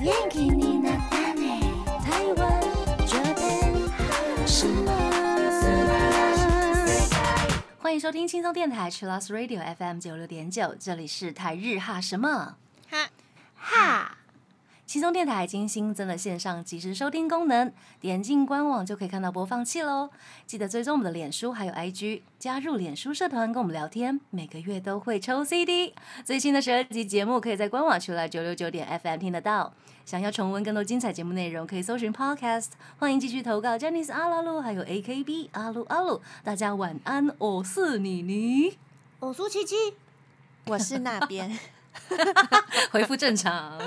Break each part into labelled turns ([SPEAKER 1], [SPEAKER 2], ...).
[SPEAKER 1] 元気になったね台湾这边什么？
[SPEAKER 2] 欢迎收听轻松电台 c h i l l o s Radio FM 九六点九，这里是台日哈什么
[SPEAKER 3] 哈
[SPEAKER 2] 哈。轻松电台已经新增了线上即时收听功能，点进官网就可以看到播放器喽。记得追踪我们的脸书还有 IG，加入脸书社团跟我们聊天，每个月都会抽 CD。最新的十二集节目可以在官网除了九六九点 FM 听得到。想要重温更多精彩节目内容，可以搜寻 Podcast。欢迎继续投稿 j a n i c e 阿拉鲁还有 AKB 阿鲁阿鲁。大家晚安，我是妮妮，
[SPEAKER 3] 偶数七七，我是那边
[SPEAKER 2] 回复正常。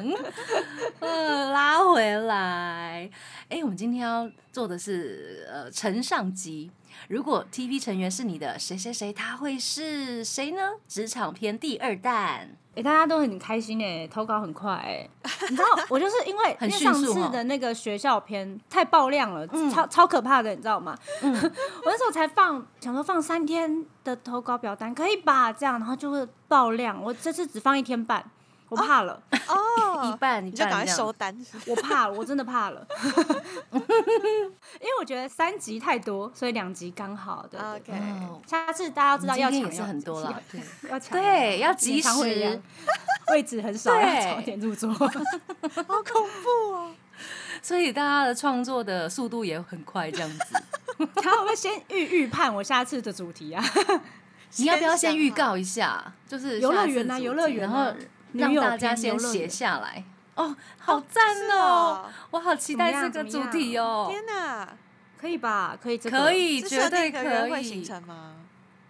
[SPEAKER 2] 呃，拉回来。哎，我们今天要做的是呃承上集。如果 TV 成员是你的谁谁谁，他会是谁呢？职场篇第二弹。
[SPEAKER 4] 哎、大家都很开心哎、投稿很快哎、你知道，我就是因为
[SPEAKER 2] 很
[SPEAKER 4] 因为
[SPEAKER 2] 迅
[SPEAKER 4] 上
[SPEAKER 2] 速哦嗯
[SPEAKER 4] 次的那个学校篇太爆量了，超超可怕的，你知道吗？ 我那时候才放，想说放三天的投稿表单可以吧？这样，然后就会爆量。我这次只放一天半，我
[SPEAKER 2] 啊
[SPEAKER 4] 怕了，
[SPEAKER 2] 一
[SPEAKER 3] 哦，
[SPEAKER 2] 半一半，
[SPEAKER 3] 你就赶快收
[SPEAKER 2] 收。
[SPEAKER 3] 单。
[SPEAKER 4] 我怕了，我真的怕了， 因为我觉得三集太多，所以两集刚好的。对
[SPEAKER 3] OK，
[SPEAKER 2] 哦，
[SPEAKER 4] 下次大家都知道
[SPEAKER 2] 今
[SPEAKER 4] 要
[SPEAKER 2] 天
[SPEAKER 4] 抢
[SPEAKER 2] 也是
[SPEAKER 4] 要
[SPEAKER 2] 很多啦，对。
[SPEAKER 4] 要抢
[SPEAKER 2] 对，要及
[SPEAKER 4] 演唱会一样
[SPEAKER 2] 时。
[SPEAKER 4] 位置很少，
[SPEAKER 2] 对
[SPEAKER 4] 要早点入座。
[SPEAKER 3] 好恐怖哦！
[SPEAKER 2] 所以大家的创作的速度也很快，这样子。
[SPEAKER 4] 然后我会先预预判我下次的主题啊，
[SPEAKER 2] 你要不要先
[SPEAKER 3] 想
[SPEAKER 2] 预
[SPEAKER 3] 好
[SPEAKER 2] 告一下？就是
[SPEAKER 4] 游乐
[SPEAKER 2] 下次
[SPEAKER 4] 园啊
[SPEAKER 2] 主
[SPEAKER 4] 游
[SPEAKER 2] 题
[SPEAKER 4] 乐园
[SPEAKER 2] 然
[SPEAKER 4] 啊
[SPEAKER 2] 后
[SPEAKER 4] 女
[SPEAKER 2] 让
[SPEAKER 4] 友
[SPEAKER 2] 大家
[SPEAKER 4] 篇
[SPEAKER 2] 先
[SPEAKER 4] 游乐
[SPEAKER 2] 写
[SPEAKER 4] 园
[SPEAKER 2] 下来。哦，好赞
[SPEAKER 3] 是
[SPEAKER 2] 哦
[SPEAKER 3] 哦！
[SPEAKER 2] 我好期待
[SPEAKER 4] 怎么
[SPEAKER 2] 这
[SPEAKER 4] 样
[SPEAKER 2] 个
[SPEAKER 4] 怎
[SPEAKER 2] 主
[SPEAKER 4] 么
[SPEAKER 2] 题哦。
[SPEAKER 3] 天哪，
[SPEAKER 4] 可以吧？可以这个
[SPEAKER 2] 可。以，
[SPEAKER 3] 是
[SPEAKER 2] 绝
[SPEAKER 3] 设
[SPEAKER 2] 对
[SPEAKER 3] 定的约
[SPEAKER 2] 可
[SPEAKER 3] 会
[SPEAKER 2] 以
[SPEAKER 3] 行。程吗？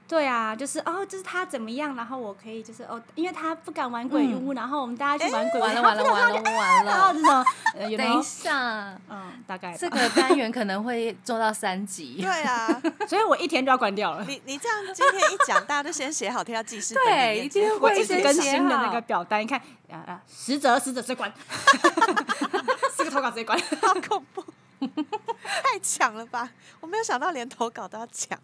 [SPEAKER 4] 对啊，就是哦，就是他怎么样，然后我可以就是哦，因为他不敢玩鬼屋，然后我们大家去玩鬼屋，
[SPEAKER 2] 完了
[SPEAKER 4] 然后
[SPEAKER 2] 完了完了完
[SPEAKER 4] 然
[SPEAKER 2] 了！
[SPEAKER 4] 后这种呃，有没
[SPEAKER 2] 等一
[SPEAKER 4] 有？
[SPEAKER 2] 下，
[SPEAKER 4] 嗯，大概吧
[SPEAKER 2] 这个单元可能会做到三集
[SPEAKER 3] 对。啊，
[SPEAKER 4] 所以我一天就要关掉了。
[SPEAKER 3] 你你这样今天一讲，大家都先写好，贴到记事本里
[SPEAKER 2] 对，
[SPEAKER 3] 面。
[SPEAKER 2] 一定
[SPEAKER 4] 我
[SPEAKER 2] 会
[SPEAKER 4] 只
[SPEAKER 2] 先
[SPEAKER 4] 是更
[SPEAKER 2] 写
[SPEAKER 4] 新的那
[SPEAKER 2] 好
[SPEAKER 4] 个表单，你看啊啊，十则十则直接 关，四个投稿直接关。
[SPEAKER 3] 好恐怖，太强了吧！我没有想到连投稿都要抢，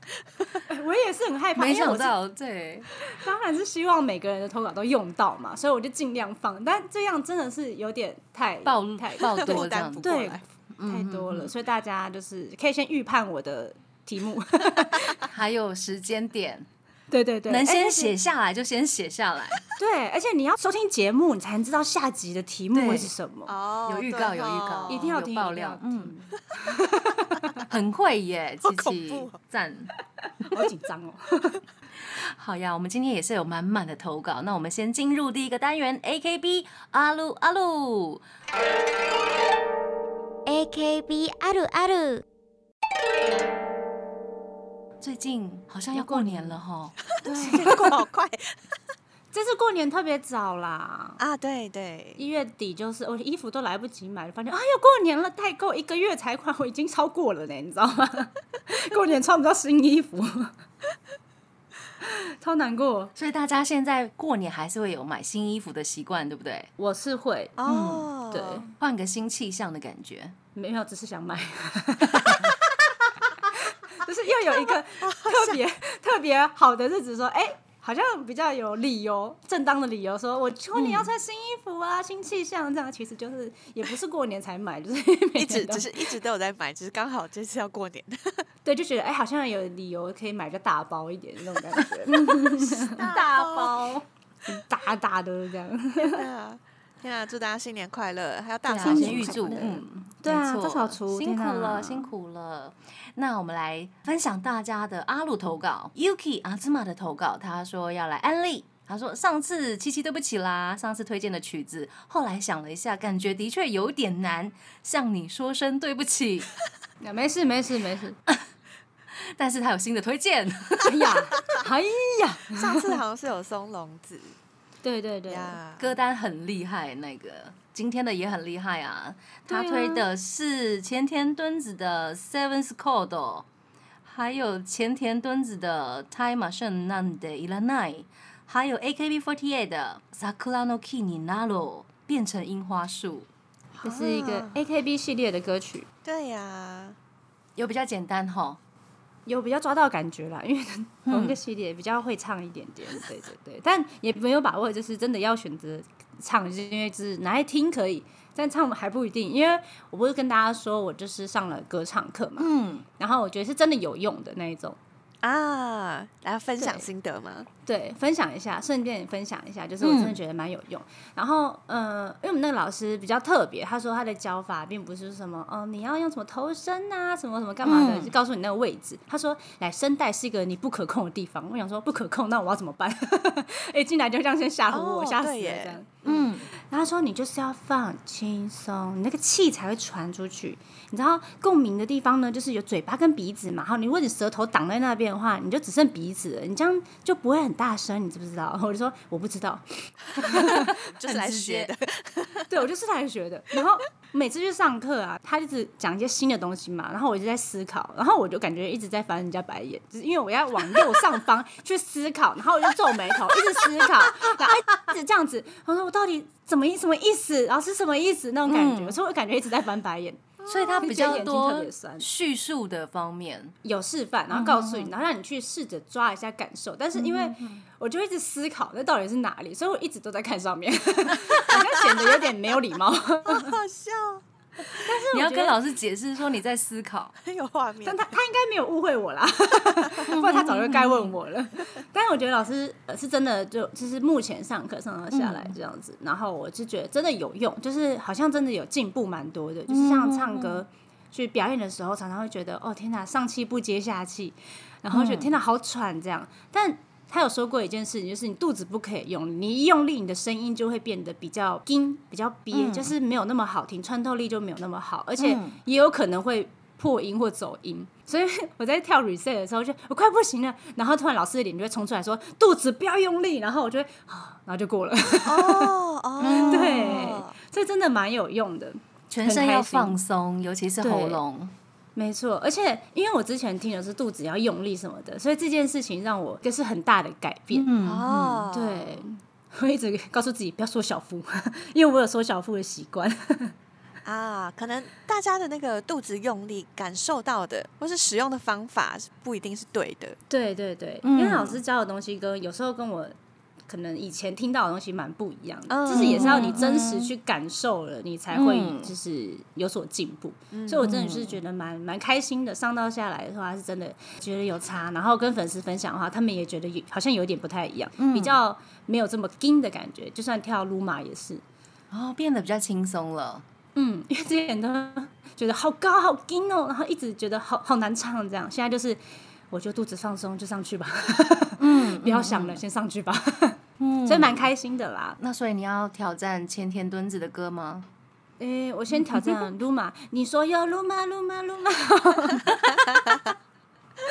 [SPEAKER 4] 我也是很害怕，
[SPEAKER 2] 没
[SPEAKER 4] 因为我
[SPEAKER 2] 想
[SPEAKER 4] 是
[SPEAKER 2] 到，对，
[SPEAKER 4] 当然是希望每个人的投稿都用到嘛，所以我就尽量放，但这样真的是有点太
[SPEAKER 2] 爆
[SPEAKER 4] 太
[SPEAKER 2] 爆多
[SPEAKER 3] 负
[SPEAKER 2] 这
[SPEAKER 3] 担
[SPEAKER 2] 样
[SPEAKER 3] 不
[SPEAKER 2] 子。
[SPEAKER 3] 过
[SPEAKER 4] 对
[SPEAKER 3] 来。
[SPEAKER 2] 嗯
[SPEAKER 4] 太多了，所以大家就是可以先预判我的题目。
[SPEAKER 2] 还有时间点，
[SPEAKER 4] 对对对，
[SPEAKER 2] 能
[SPEAKER 4] 哎
[SPEAKER 2] 先写下来就先写下来。
[SPEAKER 4] 对，而且你要收听节目，你才能知道下集的题目
[SPEAKER 2] 对
[SPEAKER 4] 会是什么。
[SPEAKER 3] 哦，
[SPEAKER 2] 有预
[SPEAKER 3] 对
[SPEAKER 2] 告有预
[SPEAKER 3] 哦
[SPEAKER 2] 告
[SPEAKER 4] 一定要听，
[SPEAKER 2] 有爆
[SPEAKER 4] 一定要嗯
[SPEAKER 2] 料
[SPEAKER 4] 听，
[SPEAKER 2] 很会耶，
[SPEAKER 3] 好
[SPEAKER 2] 琪
[SPEAKER 3] 恐
[SPEAKER 2] 琪
[SPEAKER 3] 怖哦，
[SPEAKER 2] 赞。
[SPEAKER 4] 好紧张哦。
[SPEAKER 2] 好呀，我们今天也是有满满的投稿，那我们先进入第一个单元 A K B 阿鲁阿鲁。
[SPEAKER 1] AKB あるある
[SPEAKER 2] 最近好像要过年了哈，
[SPEAKER 3] 时间过好快
[SPEAKER 4] 这次过年特别早啦。
[SPEAKER 3] 啊！对 对，
[SPEAKER 4] 一月底就是我衣服都来不及买了，发现啊要过年了，代购一个月才款，我已经超过了呢，你知道吗？ 过年穿不到新衣服， 超难过。
[SPEAKER 2] 所以大家现在过年还是会有买新衣服的习惯，对不对？
[SPEAKER 4] 我是会，
[SPEAKER 2] 嗯
[SPEAKER 3] 哦，
[SPEAKER 4] 嗯对，
[SPEAKER 2] 换个新气象的感觉，
[SPEAKER 4] 没有，只是想买。 就是又有一个特别特别好的日子说，哎、好像比较有理由，正当的理由说，我过年要穿新衣服啊，新气象这样，其实就是也不是过年才买， 就是每
[SPEAKER 3] 一直
[SPEAKER 4] 年都
[SPEAKER 3] 只是一直都有在买，只是刚好这次要过年，
[SPEAKER 4] 对，就觉得哎、好像有理由可以买个大包一点那种感觉，嗯 大包，大大的这样。
[SPEAKER 3] 对啊，天啊，祝大家新年快乐，还有大
[SPEAKER 2] 对
[SPEAKER 3] 扫
[SPEAKER 2] 啊，
[SPEAKER 3] 除
[SPEAKER 2] 先预祝，
[SPEAKER 3] 什么的
[SPEAKER 2] 嗯，
[SPEAKER 4] 对啊
[SPEAKER 2] 没错
[SPEAKER 4] 大扫除
[SPEAKER 2] 辛苦
[SPEAKER 4] 天
[SPEAKER 2] 了，
[SPEAKER 4] 哪
[SPEAKER 2] 辛苦了。那我们来分享大家的阿鲁投稿，Yuki 阿兹玛的投稿，他说要来安利。他说：“上次七七对不起啦，上次推荐的曲子，后来想了一下，感觉的确有点难，向你说声对不起。
[SPEAKER 4] 那 没事没事没事，
[SPEAKER 2] 但是他有新的推荐，
[SPEAKER 4] 哎呀哎呀，
[SPEAKER 3] 上次好像是有松隆子
[SPEAKER 4] 对对对，
[SPEAKER 3] 呀，
[SPEAKER 2] 歌单很厉害，那个今天的也很厉害啊。他
[SPEAKER 4] 对啊
[SPEAKER 2] 推的是前田敦子的《Seven s c o r d 还有前田敦子的《Time Machine Nande Ilanai》，还有 AKB48 的《Sakura no Ki ni Naro》变成樱花树，
[SPEAKER 4] 这是一个
[SPEAKER 3] 啊
[SPEAKER 4] AKB 系列的歌曲，
[SPEAKER 3] 对呀，
[SPEAKER 4] 啊
[SPEAKER 2] 有比较简单吼。
[SPEAKER 4] 有比较抓到感觉啦， 因为同一个系列比较会唱一点点，对对对，但也没有把握，就是真的要选择唱，就是因为就是拿来听可以，但唱还不一定，因为我不是跟大家说我就是上了歌唱课嘛，
[SPEAKER 2] 嗯，
[SPEAKER 4] 然后我觉得是真的有用的那一种。
[SPEAKER 3] 啊，来分享
[SPEAKER 4] 对
[SPEAKER 3] 心得吗？
[SPEAKER 4] 对，分享一下，顺便分享一下，就是我真的
[SPEAKER 2] 嗯
[SPEAKER 4] 觉得蛮有用。然后，呃，因为我们那个老师比较特别，他说他的教法并不是什么，哦，你要用什么头身啊，什么什么干嘛的，
[SPEAKER 2] 嗯
[SPEAKER 4] 就告诉你那个位置。他说，来声带是一个你不可控的地方。我想说不可控，那我要怎么办？ 一哎进来就这样先吓唬我，
[SPEAKER 3] 哦
[SPEAKER 4] 吓死了
[SPEAKER 3] 对
[SPEAKER 4] 这
[SPEAKER 3] 耶
[SPEAKER 4] 样。
[SPEAKER 2] 嗯，
[SPEAKER 4] 然后他说你就是要放轻松，你那个气才会传出去。你知道共鸣的地方呢，就是有嘴巴跟鼻子嘛。好，你如果你舌头挡在那边的话，你就只剩鼻子了，你这样就不会很大声，你知不知道？ 我就说我不知道，
[SPEAKER 3] 就是来学的，
[SPEAKER 4] 对我就是来学的。然后每次去上课啊，他一直讲一些新的东西嘛，然后我一直在思考，然后我就感觉一直在翻人家白眼，就是因为我要往右上方去思考，然后我就皱眉头，一直思考，然后一直这样子，我说我到底怎么意什么意思，然后是什么意思那种感觉，
[SPEAKER 2] 嗯
[SPEAKER 4] 所以我感觉一直在翻白眼。
[SPEAKER 2] 所以它比较
[SPEAKER 4] 眼睛特
[SPEAKER 2] 多
[SPEAKER 4] 别酸
[SPEAKER 2] 叙述的方面，
[SPEAKER 4] 有示范，然后告诉你，然后让你去试着抓一下感受。但是因为我就一直思考那到底是哪里，所以我一直都在看上面， 我就显得有点没有礼貌。
[SPEAKER 3] 好哦好笑，
[SPEAKER 2] 你要
[SPEAKER 4] 觉
[SPEAKER 2] 跟
[SPEAKER 4] 得
[SPEAKER 2] 老师解释说你在思考，
[SPEAKER 3] 很有画面
[SPEAKER 4] 但。他他应该没有误会我啦，不然他早就该问我了。但是我觉得老师呃是真的就就是目前上课上到下来这样子，然后我是觉得真的有用，就是好像真的有进步蛮多的，就是像唱歌。去表演的时候，常常会觉得哦天哪，上气不接下气，然后觉得
[SPEAKER 2] 嗯
[SPEAKER 4] 天哪好喘这样。但他有说过一件事情，就是你肚子不可以用力，你一用力，你的声音就会变得比较硬、比较憋，
[SPEAKER 2] 嗯
[SPEAKER 4] 就是没有那么好听，穿透力就没有那么好，而且
[SPEAKER 2] 嗯
[SPEAKER 4] 也有可能会破音或走音。所以 我在跳 reset 的时候，就我快不行了，然后突然老师的脸就会冲出来说肚子不要用力，然后我就会啊，然后就过了。
[SPEAKER 3] 哦哦，
[SPEAKER 4] 对，所以真的蛮有用的。
[SPEAKER 2] 全身
[SPEAKER 4] 很开
[SPEAKER 2] 要
[SPEAKER 4] 心
[SPEAKER 2] 放松，尤其是喉
[SPEAKER 4] 对
[SPEAKER 2] 咙。
[SPEAKER 4] 没错，而且因为我之前听的是肚子要用力什么的，所以这件事情让我就是很大的改变。
[SPEAKER 2] 嗯
[SPEAKER 3] 哦，
[SPEAKER 4] 对， 我一直告诉自己不要缩小腹，因为我有缩小腹的习惯。
[SPEAKER 3] 啊，可能大家的那个肚子用力感受到的，或是使用的方法是不一定是对的。
[SPEAKER 4] 对对对，
[SPEAKER 2] 嗯
[SPEAKER 4] 因为老师教的东西跟有时候跟我可能以前听到的东西蛮不一样的，
[SPEAKER 3] 嗯
[SPEAKER 4] 就是也是要你真实去感受了，你才会
[SPEAKER 2] 嗯
[SPEAKER 4] 就是有所进步。所以我真的是觉得蛮蛮开心的，上到下来的话是真的觉得有差，然后跟粉丝分享的话，他们也觉得有好像有点不太一样，比较没有这么硬的感觉，就算跳撸马也是。
[SPEAKER 2] 哦，变得比较轻松了。
[SPEAKER 4] 嗯，因为之前都觉得好高好硬哦，然后一直觉得好好难唱这样，现在就是我就肚子放松就上去吧， 嗯，不要想了，先上去吧，
[SPEAKER 2] 嗯
[SPEAKER 4] 所以蛮开心的啦。
[SPEAKER 2] 那所以你要挑战前田敦子的歌吗？
[SPEAKER 4] 诶、我先挑战 l u m a 你说要 l u m a l u m a l u m a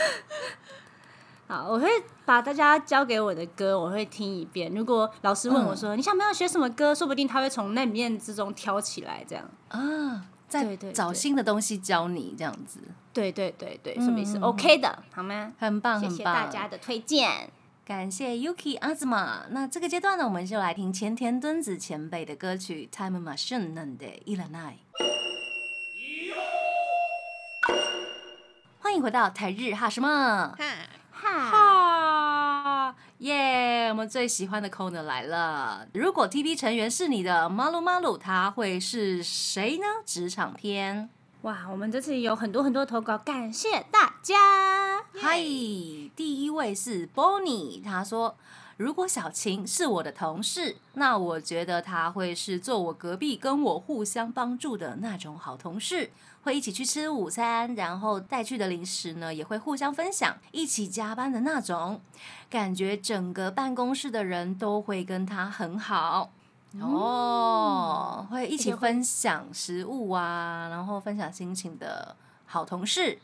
[SPEAKER 4] 好，我会把大家交给我的歌，我会听一遍。如果老师问我说、你想不想学什么歌，说不定他会从那里面之中挑起来这样。
[SPEAKER 2] 啊，
[SPEAKER 4] 对
[SPEAKER 2] 在
[SPEAKER 4] 对
[SPEAKER 2] 找
[SPEAKER 4] 对
[SPEAKER 2] 新的东西教你这样子，
[SPEAKER 4] 对对对对，说明是
[SPEAKER 2] 嗯嗯
[SPEAKER 4] OK 的，好吗？
[SPEAKER 2] 很棒，
[SPEAKER 4] 谢
[SPEAKER 2] 很棒。
[SPEAKER 4] 谢大家的推荐。
[SPEAKER 2] 感谢 Yuki Azuma。那这个阶段呢，我们就来听前田敦子前辈的歌曲《Time Machine》なんでいらない。欢迎回到台日哈什么
[SPEAKER 3] 哈，
[SPEAKER 4] 哈，
[SPEAKER 2] 哈耶！我们最喜欢的 corner 来了。如果 TV 成员是你的马鲁马鲁，他会是谁呢？职场篇。
[SPEAKER 4] 哇，我们这次有很多很多投稿，感谢大家。
[SPEAKER 2] 嗨，第一位是 Bonnie，他说：“如果小晴是我的同事，那我觉得她会是坐我隔壁，跟我互相帮助的那种好同事，会一起去吃午餐，然后带去的零食呢也会互相分享，一起加班的那种，感觉整个办公室的人都会跟她很好。”哦，会一起
[SPEAKER 4] 而且会
[SPEAKER 2] 分享食物啊，然后分享心情的好同事，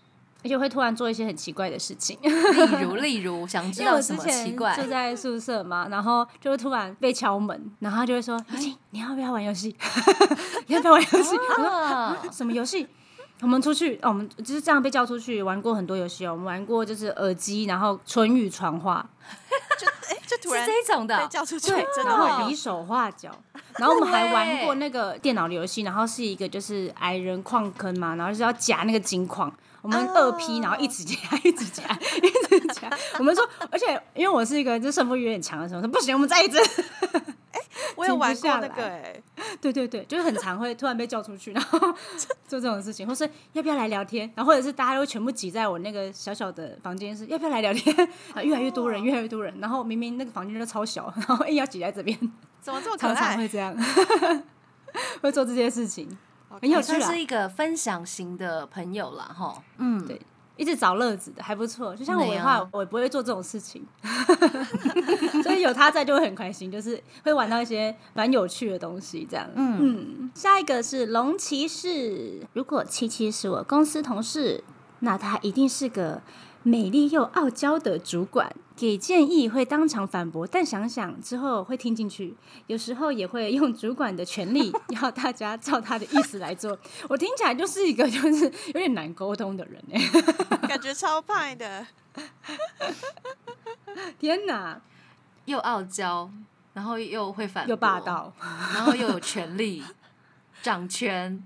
[SPEAKER 4] 而且会突然做一些很奇怪的事 情，
[SPEAKER 2] 例如，例如，想知
[SPEAKER 4] 因为我
[SPEAKER 2] 道什
[SPEAKER 4] 之
[SPEAKER 2] 么
[SPEAKER 4] 前
[SPEAKER 2] 奇怪？
[SPEAKER 4] 就在宿舍嘛，然后就会突然被敲门，然后他就会说：“雨晴，你要不要玩游戏？ 你要不要玩游戏？”我说
[SPEAKER 2] 啊，
[SPEAKER 4] 什么游戏？我们出去、哦，我们就是这样被叫出去玩过很多游戏哦。我们玩过就是耳机，然后唇语传话，
[SPEAKER 3] 就哎，就突
[SPEAKER 2] 是
[SPEAKER 3] 然
[SPEAKER 2] 这种
[SPEAKER 3] 被
[SPEAKER 2] 的，
[SPEAKER 3] 叫出去，
[SPEAKER 4] 对，
[SPEAKER 3] 真的
[SPEAKER 4] 然
[SPEAKER 3] 哦
[SPEAKER 4] 后
[SPEAKER 3] 会
[SPEAKER 4] 比
[SPEAKER 3] 有
[SPEAKER 4] 手画脚，然后我们还玩过那个电脑游戏，然后是一个就是矮人矿坑嘛，然后就是要夹那个金矿。我们二
[SPEAKER 3] 哦
[SPEAKER 4] P，然后一直夹， 一直夹，一直夹。我们说，而且因为我是一个就胜负欲有点强的时候，说不行，我们再一只。
[SPEAKER 3] 我有
[SPEAKER 4] 停不
[SPEAKER 3] 玩过
[SPEAKER 4] 下
[SPEAKER 3] 那个、
[SPEAKER 4] 来
[SPEAKER 3] 欸，
[SPEAKER 4] 对对对，就是很常会突然被叫出去，然 后做这种事情，或是要不要来聊天，然后或者是大家会全部挤在我那个小小的房间是要不要来聊天 啊，越来越多人，
[SPEAKER 3] 哦
[SPEAKER 4] 越来越多人，然后明明那个房间就超小，然后硬要挤在这边，
[SPEAKER 3] 怎么这么可
[SPEAKER 4] 常常
[SPEAKER 3] 爱？
[SPEAKER 4] 会这样， 会做这些事情，很有
[SPEAKER 2] 也
[SPEAKER 4] 趣
[SPEAKER 2] 算
[SPEAKER 4] 啦
[SPEAKER 2] 是，一个分享型的朋友啦，哈，嗯，
[SPEAKER 4] 对一直找乐子的还不错。就像我的
[SPEAKER 2] 对
[SPEAKER 4] 话
[SPEAKER 2] 啊，
[SPEAKER 4] 我也不会做这种事情， 所以有他在就会很开心，就是会玩到一些蛮有趣的东西这样，
[SPEAKER 2] 嗯
[SPEAKER 4] 嗯，下一个是龙骑士。如果七七是我公司同事，那他一定是个美丽又傲娇的主管。给建议会当场反驳，但想想之后会听进去，有时候也会用主管的权利要大家照他的意思来做。我听起来就是一个就是有点难沟通的人哎、
[SPEAKER 3] 感觉超派的，
[SPEAKER 4] 天哪，
[SPEAKER 2] 又傲娇，然后又会反，
[SPEAKER 4] 又霸，道，
[SPEAKER 2] 然后又有权力，掌权，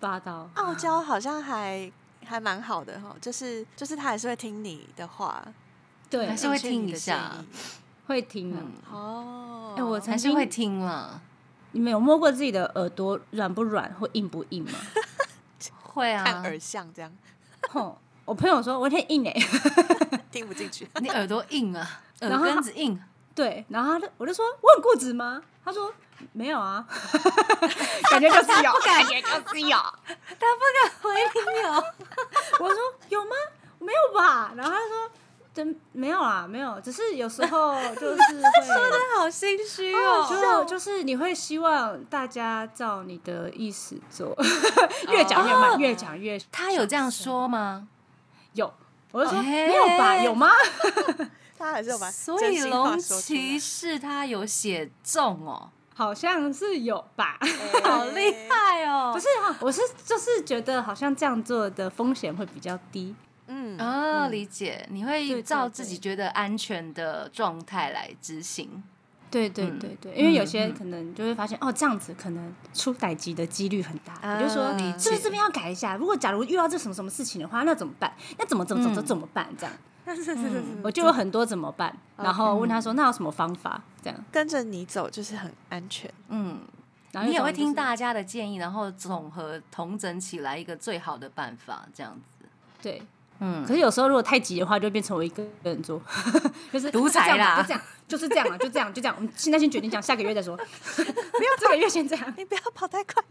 [SPEAKER 4] 霸道。
[SPEAKER 3] 傲娇好像还还蛮好的哈，就是就是他还是会听你的话，
[SPEAKER 4] 对
[SPEAKER 2] 还，是会听一下
[SPEAKER 3] 而且你的建议
[SPEAKER 4] 会听啊。
[SPEAKER 2] 嗯
[SPEAKER 3] 哦。
[SPEAKER 4] 哎我曾
[SPEAKER 2] 还是会听啦，
[SPEAKER 4] 你们有摸过自己的耳朵软不软或硬不硬吗？
[SPEAKER 2] 会
[SPEAKER 3] 看
[SPEAKER 2] 啊，
[SPEAKER 3] 耳相这样
[SPEAKER 4] 哼，我朋友说我有点硬哎、
[SPEAKER 3] 听不进去，
[SPEAKER 2] 你耳朵硬啊，耳
[SPEAKER 4] 然后
[SPEAKER 2] 根子硬，
[SPEAKER 4] 对，然后他就我就说我很固执吗？他说没有啊， 感觉就是有，感觉就是有。
[SPEAKER 2] 回应有，
[SPEAKER 4] 我说有吗？没有吧？然后他说真没有啊，没有，只是有时候就是会。
[SPEAKER 2] 好心虚哦
[SPEAKER 4] 哦就就是你会希望大家照你的意思做， 哦越讲越慢，越讲越
[SPEAKER 2] 他有这样说吗？
[SPEAKER 4] 有，我就说
[SPEAKER 2] 哎
[SPEAKER 4] 没有吧，有吗？
[SPEAKER 3] 他还是有把
[SPEAKER 2] 所
[SPEAKER 3] 真
[SPEAKER 2] 以
[SPEAKER 3] 心
[SPEAKER 2] 龙
[SPEAKER 3] 话说出
[SPEAKER 2] 骑
[SPEAKER 3] 来。
[SPEAKER 2] 士他有写中哦，
[SPEAKER 4] 好像是有吧，
[SPEAKER 2] 好
[SPEAKER 3] 哎
[SPEAKER 2] 厉害 哦！
[SPEAKER 4] 不是啊，我是就是觉得好像这样做的风险会比较低，
[SPEAKER 3] 嗯，
[SPEAKER 2] 啊，理解，你会
[SPEAKER 4] 对
[SPEAKER 2] 照
[SPEAKER 4] 对
[SPEAKER 2] 自己
[SPEAKER 4] 对
[SPEAKER 2] 觉得安全的状态来执行。
[SPEAKER 4] 对对
[SPEAKER 2] 嗯
[SPEAKER 4] 对对，因为有
[SPEAKER 2] 嗯
[SPEAKER 4] 些
[SPEAKER 2] 嗯
[SPEAKER 4] 可能就会发现、哦，这样子可能出歹机的几率很大。我就说
[SPEAKER 3] 啊理，
[SPEAKER 4] 是不
[SPEAKER 2] 解
[SPEAKER 4] 是这边要改一下？如果假如遇到这什么什么事情的话，那怎么办？那怎么怎么怎么怎么办？这样，
[SPEAKER 3] 是是是是，
[SPEAKER 4] 我就有很多怎么办，然后问他说，那有什么方法？这样，
[SPEAKER 3] 跟着你走就是很安全。
[SPEAKER 2] 嗯，
[SPEAKER 4] 然后
[SPEAKER 2] 你也会听
[SPEAKER 4] 到，
[SPEAKER 2] 大家的建议，然后总和统整起来一个最好的办法，这样子。
[SPEAKER 4] 对。
[SPEAKER 2] 嗯
[SPEAKER 4] 可，是有时候如果太急的话，就会变成我一个人做，就是
[SPEAKER 2] 独裁啦
[SPEAKER 4] 就这样吧，就这样，就是这样了，就这样，就这样。我们现在先决定这样，下个月再 说。不要这个月先这样，
[SPEAKER 3] 你不要跑太快，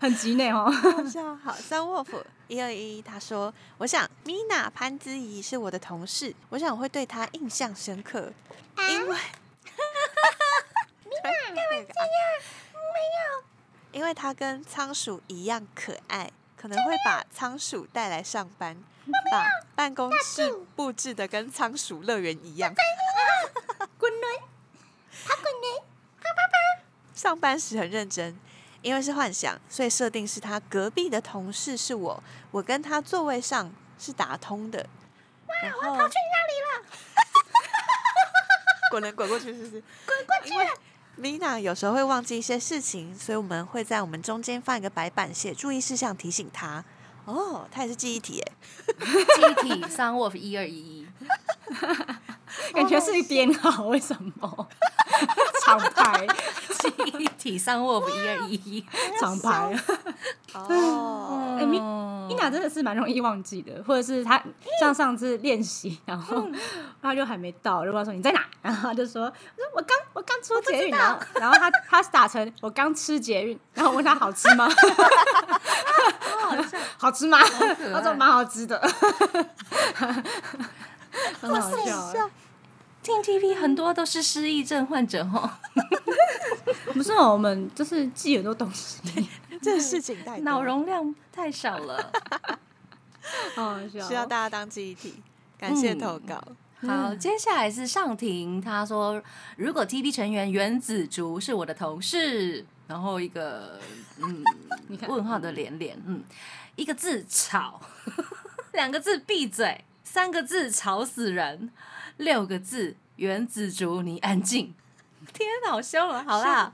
[SPEAKER 4] 很急呢 哦。
[SPEAKER 3] 好笑。好，三沃夫一二一，他说：“我想米娜潘姿怡是我的同事，我想我会对她印象深刻，因 为米娜干嘛啊这样？没有，因为她跟仓鼠一样可爱，可能会把仓鼠带来上班，把办公室布置的跟仓鼠乐园一样。”
[SPEAKER 4] 滚轮
[SPEAKER 3] 上班时很认真，因为是幻想，所以设定是他隔壁的同事是我，我跟他座位上是打通的。然后跑去哪里了？ 滚轮滚过去是不是？滚过去。Mina 有时候会忘记一些事情，所以我们会在我们中间放一个白板，写注意事项提醒他。哦，他也是记忆体耶，
[SPEAKER 2] 机 体 Sun Wolf 一二一一，
[SPEAKER 4] 感觉是编号，为什么？ 厂牌，
[SPEAKER 2] 机体 Sun Wolf 一二一一。
[SPEAKER 4] 厂牌。
[SPEAKER 3] 哦，
[SPEAKER 4] 哎，米米娜真的是蛮容易忘记的，或者是她像上次练习，然后 她就还没到，就问她说你在哪，然后她就说我说我刚我刚出捷运，然后然后她她打成我刚吃捷运，然后我问她好吃吗？哦 好吃吗？
[SPEAKER 2] 可爱
[SPEAKER 4] 她说蛮好吃 的，很好笑。欸
[SPEAKER 2] 听 TV 很多都是失忆症患者哦，
[SPEAKER 4] 不是哦我们就是记很多东西，
[SPEAKER 3] 这事情 太多
[SPEAKER 2] 脑容量太少了。
[SPEAKER 4] 好好笑。哦
[SPEAKER 3] 需要大家当记忆体。感谢投稿，
[SPEAKER 2] 好，
[SPEAKER 4] 嗯
[SPEAKER 2] 接下来是上庭，他说如果 TV 成员原子竹是我的同事，然后一个嗯
[SPEAKER 4] 你看
[SPEAKER 2] 问号的连连，嗯，一个字吵， 两个字闭嘴，三个字吵死人，六个字原子竹你安静，天哪，我笑了，好啦。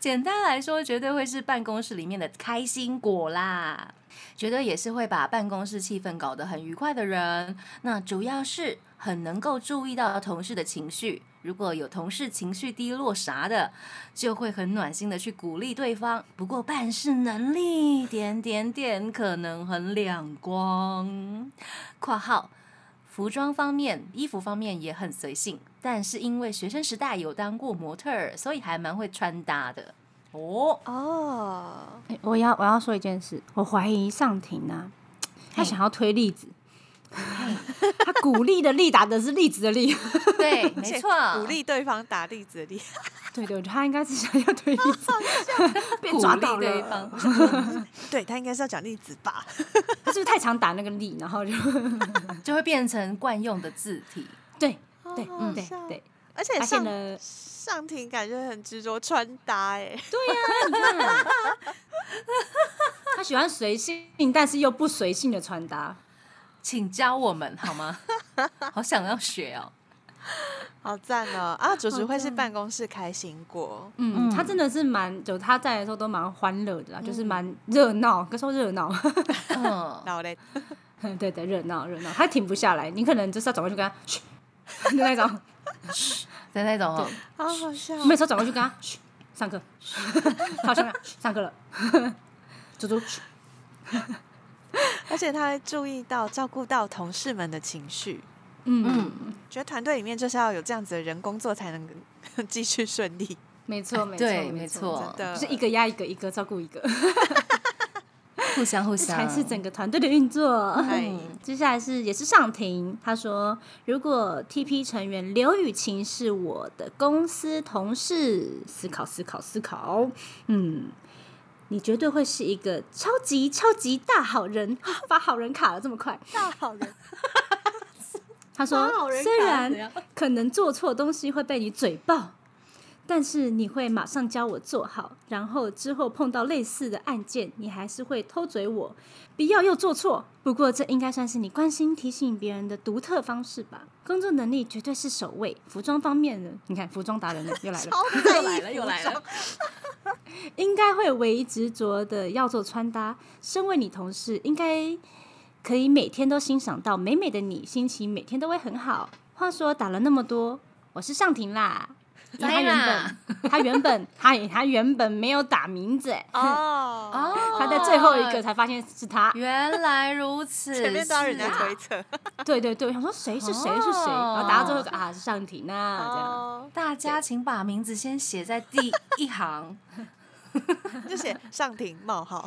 [SPEAKER 2] 简单来说，绝对会是办公室里面的开心果啦。绝对也是会把办公室气氛搞得很愉快的人。那主要是很能够注意到同事的情绪，如果有同事情绪低落啥的，就会很暖心的去鼓励对方。不过办事能力点点点可能很两光。（括号）服装方面，衣服方面也很随性，但是因为学生时代有当过模特儿，所以还蛮会穿搭的哦。
[SPEAKER 3] 哦，
[SPEAKER 4] 哎我要我要说一件事，我怀疑上庭啊，他想要推例子， 他鼓励的力打的是例子的力，
[SPEAKER 2] 对，
[SPEAKER 3] 而且
[SPEAKER 2] 没错，
[SPEAKER 3] 鼓励对方打例子的例，
[SPEAKER 4] 对对，他应该是想要推例子， 被
[SPEAKER 2] 鼓
[SPEAKER 4] 抓
[SPEAKER 2] 励
[SPEAKER 4] 到
[SPEAKER 2] 对
[SPEAKER 4] 了，
[SPEAKER 2] 方。
[SPEAKER 3] 对他应该是要讲例子吧？
[SPEAKER 4] 他是不是太常打那个力，然后就
[SPEAKER 2] 就会变成惯用的字体。
[SPEAKER 4] 对对嗯
[SPEAKER 3] 好好
[SPEAKER 4] 对
[SPEAKER 3] 笑
[SPEAKER 4] 对，
[SPEAKER 3] 而且
[SPEAKER 4] 而且
[SPEAKER 3] 上
[SPEAKER 4] 呢
[SPEAKER 3] 上庭感觉很执着穿搭哎，
[SPEAKER 4] 他喜欢随性，但是又不随性的穿搭，
[SPEAKER 2] 请教我们好吗？ 好想要学哦。
[SPEAKER 3] 好赞哦！啊，主持会是办公室开心果，
[SPEAKER 4] 嗯，
[SPEAKER 2] 嗯
[SPEAKER 4] 他真的是蛮就他在的时候都蛮欢乐的啦，就是蛮热闹，可说热闹，
[SPEAKER 2] 嗯，
[SPEAKER 3] 然后嘞，
[SPEAKER 4] 对对，热闹热闹，他停不下来，你可能就是要转过去跟他嘘 的那种，
[SPEAKER 2] 的那种哦，
[SPEAKER 3] 好好笑哦。
[SPEAKER 4] 我每次转过去跟他嘘上课，嘘他好像嘘上课了，猪猪嘘
[SPEAKER 3] 而且他会注意到、照顾到同事们的情绪，
[SPEAKER 4] 嗯，
[SPEAKER 3] 觉得团队里面就是要有这样子的人工作才能继续顺利。
[SPEAKER 4] 没错没错
[SPEAKER 2] 对，没
[SPEAKER 4] 错
[SPEAKER 2] 错，
[SPEAKER 3] 真的
[SPEAKER 4] 就是一个压一个，一个照顾一个，
[SPEAKER 2] 互相互
[SPEAKER 4] 这
[SPEAKER 2] 相，
[SPEAKER 4] 才是啊整个团队的运作。
[SPEAKER 3] 哎，
[SPEAKER 4] 接下来是也是上庭，他说如果 TP 成员刘雨晴是我的公司同事，思考思考思考，嗯，你绝对会是一个超级超级大好人，把好人卡了这么快。
[SPEAKER 3] 大好人，
[SPEAKER 4] 他说
[SPEAKER 3] 啊好人，卡
[SPEAKER 4] 虽
[SPEAKER 2] 怎
[SPEAKER 4] 然
[SPEAKER 2] 样
[SPEAKER 4] 可能做错东西会被你嘴爆。但是你会马上教我做好，然后之后碰到类似的案件，你还是会偷嘴我，不要又做错。不过这应该算是你关心提醒别人的独特方式吧。工作能力绝对是首位，服装方面呢，你看服装达人了又来了，
[SPEAKER 2] 又来了又来 了，
[SPEAKER 4] 应该会唯一执着的要做穿搭。身为你同事，应该可以每天都欣赏到美美的你，心情每天都会很好。话说打了那么多，我是上庭啦。因为他
[SPEAKER 2] 栽
[SPEAKER 4] 原
[SPEAKER 2] 啦
[SPEAKER 4] 本，他 原本，他他原本没有打名字，哎
[SPEAKER 3] 哦，
[SPEAKER 2] 哦，
[SPEAKER 4] 他在最后一个才发现是他。
[SPEAKER 2] 原来如此，
[SPEAKER 3] 前面都要人
[SPEAKER 2] 是
[SPEAKER 3] 家
[SPEAKER 2] 啊
[SPEAKER 3] 推测，
[SPEAKER 4] 对对对，我想说谁是谁是谁，
[SPEAKER 2] 哦
[SPEAKER 4] 然后打到最后啊是上庭啊这样。
[SPEAKER 3] 哦，
[SPEAKER 2] 大家请把名字先写在第一行，
[SPEAKER 3] 就写上庭冒号，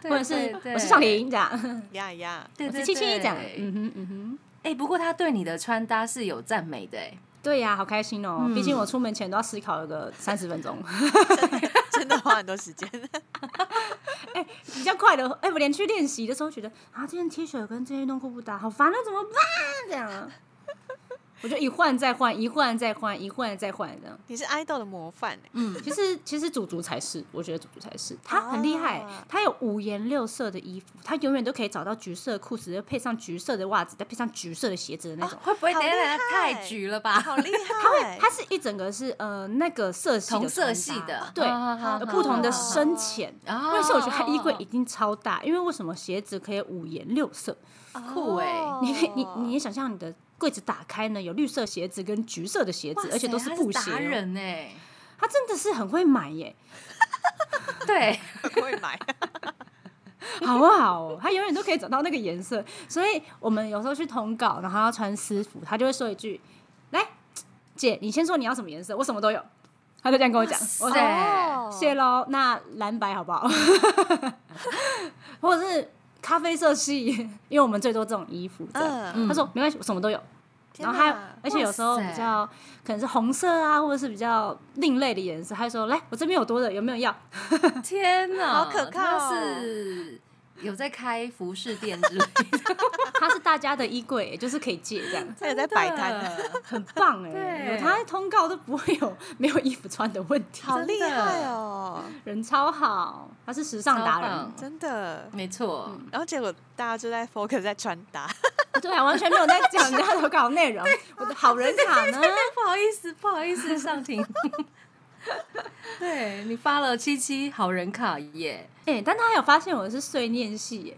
[SPEAKER 2] 对
[SPEAKER 4] 或者是我是上，庭这样，
[SPEAKER 3] 呀呀，
[SPEAKER 2] 对
[SPEAKER 4] 我
[SPEAKER 2] 对
[SPEAKER 4] 是
[SPEAKER 2] 对
[SPEAKER 4] 七七
[SPEAKER 2] 对
[SPEAKER 4] 这样。
[SPEAKER 2] 对，
[SPEAKER 4] 嗯哼嗯哼。
[SPEAKER 2] 哎，不过他对你的穿搭是有赞美的，哎，
[SPEAKER 4] 对呀、好开心哦！
[SPEAKER 2] 嗯
[SPEAKER 4] 毕竟我出门前都要思考个三十分钟，
[SPEAKER 3] 真的花很多时间。
[SPEAKER 4] 比较快的。哎、我连去练习的时候觉得啊，这件 T 恤跟这件运动裤不搭，好烦啊，怎么办？ 这样，我就一换再换，一换再换，一换再换这样。
[SPEAKER 3] 你是爱豆的模范欸，
[SPEAKER 2] 嗯，
[SPEAKER 4] 其实其实祖祖才是，我觉得祖祖才是，他很厉害
[SPEAKER 3] 啊，
[SPEAKER 4] 他有五颜六色的衣服，他永远都可以找到橘色的裤子，再配上橘色的袜子，再配上橘色的鞋子的那种。
[SPEAKER 2] 会不会
[SPEAKER 3] 好
[SPEAKER 2] 等
[SPEAKER 3] 厉
[SPEAKER 2] 一下
[SPEAKER 3] 害
[SPEAKER 2] 太橘了吧？
[SPEAKER 3] 好厉
[SPEAKER 4] 他会，
[SPEAKER 3] 害！
[SPEAKER 4] 它是一整个是呃那个色系的
[SPEAKER 2] 同色
[SPEAKER 4] 穿
[SPEAKER 2] 系
[SPEAKER 4] 搭
[SPEAKER 2] 的，
[SPEAKER 4] 对，
[SPEAKER 2] 好好好
[SPEAKER 4] 有不同的
[SPEAKER 2] 好好
[SPEAKER 4] 深浅。
[SPEAKER 2] 哦
[SPEAKER 4] 那时候我觉得他衣柜一定超大，因为为什么鞋子可以五颜六色？
[SPEAKER 2] 酷欸
[SPEAKER 3] 哦
[SPEAKER 4] 你可以你你也想象你的柜子打开呢，有绿色鞋子跟橘色的鞋子，而且都
[SPEAKER 2] 是
[SPEAKER 4] 布鞋
[SPEAKER 2] 达
[SPEAKER 4] 哦。
[SPEAKER 2] 人哎，
[SPEAKER 4] 他真的是很会买耶，
[SPEAKER 2] 对，
[SPEAKER 3] 很会买，
[SPEAKER 4] 好不好哦？他永远都可以找到那个颜色，所以我们有时候去通告，然后要穿私服，他就会说一句：“来，姐，你先说你要什么颜色，我什么都有。”他就这样跟我讲，我说：“
[SPEAKER 2] 对，
[SPEAKER 3] 哦
[SPEAKER 4] 谢喽，那蓝白好不好？ 或者是咖啡色系，因为我们最多这种衣服这样。
[SPEAKER 3] 嗯，
[SPEAKER 4] 他说没关系，我什么都有。然后还有，而且有时候
[SPEAKER 2] 哇塞
[SPEAKER 4] 比较可能是红色啊，或者是比较另类的颜 色，他就说来，我这边有多的，有没有要？
[SPEAKER 2] 天哪，
[SPEAKER 3] 好可靠
[SPEAKER 2] 他是有在开服饰店之类的，
[SPEAKER 4] 它是大家的衣柜，就是可以借这样，
[SPEAKER 3] 他有在摆摊，
[SPEAKER 4] 很棒哎、
[SPEAKER 2] 对
[SPEAKER 4] 有它通告都不会有没有衣服穿的问题，
[SPEAKER 3] 好厉
[SPEAKER 2] 真的
[SPEAKER 3] 害哦，
[SPEAKER 4] 人超好，他是时尚达
[SPEAKER 2] 超
[SPEAKER 4] 人
[SPEAKER 2] 棒，
[SPEAKER 3] 真的。
[SPEAKER 2] 没错，
[SPEAKER 3] 然后结果大家就在 focus 在穿 搭，
[SPEAKER 4] 对啊，完全没有在讲人家投稿内 容，我的好人卡呢？
[SPEAKER 2] 啊不好意思，不好意思，上庭。 对你发了七七好人卡耶，
[SPEAKER 4] 哎、但他有发现我是碎念系耶、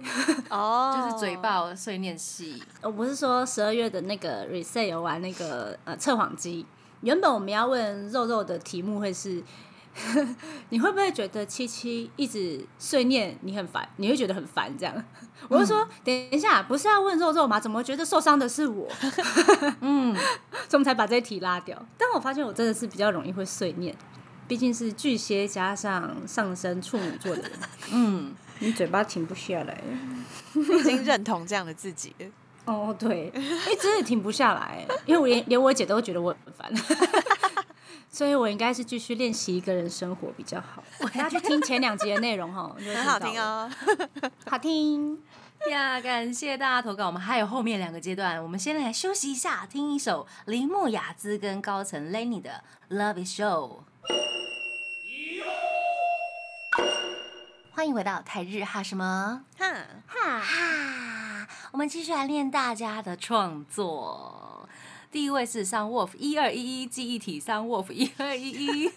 [SPEAKER 3] 哦
[SPEAKER 2] 就是嘴，巴碎念系，
[SPEAKER 4] 我不是说十二月的那个 reset 有玩那个呃测谎机，原本我们要问肉肉的题目会是， 你会不会觉得七七一直碎念你很烦，你会觉得很烦这样？我就说、等一下，不是要问肉肉吗？怎么觉得受伤的是我？
[SPEAKER 2] 嗯，
[SPEAKER 4] 所以我们才把这一题拉掉。但我发现我真的是比较容易会碎念，毕竟是巨蟹加上上升处女座的人，
[SPEAKER 2] 嗯，
[SPEAKER 4] 你嘴巴停不下来。
[SPEAKER 3] 已经认同这样的自己了。
[SPEAKER 4] 哦，对，哎，真的停不下来，欸因为我连连我姐都觉得我很烦， 所以我应该是继续练习一个人生活比较好。大家去听前两集的内容哈，
[SPEAKER 3] 很好听，哦。
[SPEAKER 4] 好听。
[SPEAKER 2] 呀，感谢大家投稿，我们还有后面两个阶段，我们先来休息一下，听一首铃木雅兹跟高层 Lenny 的《Love Is Show》。欢迎回到台日哈什么
[SPEAKER 3] 哈，
[SPEAKER 2] 哈，我们继续来练大家的创作。第一位是 Sun Wolf 一二一一记忆体 Sun Wolf 一二一一，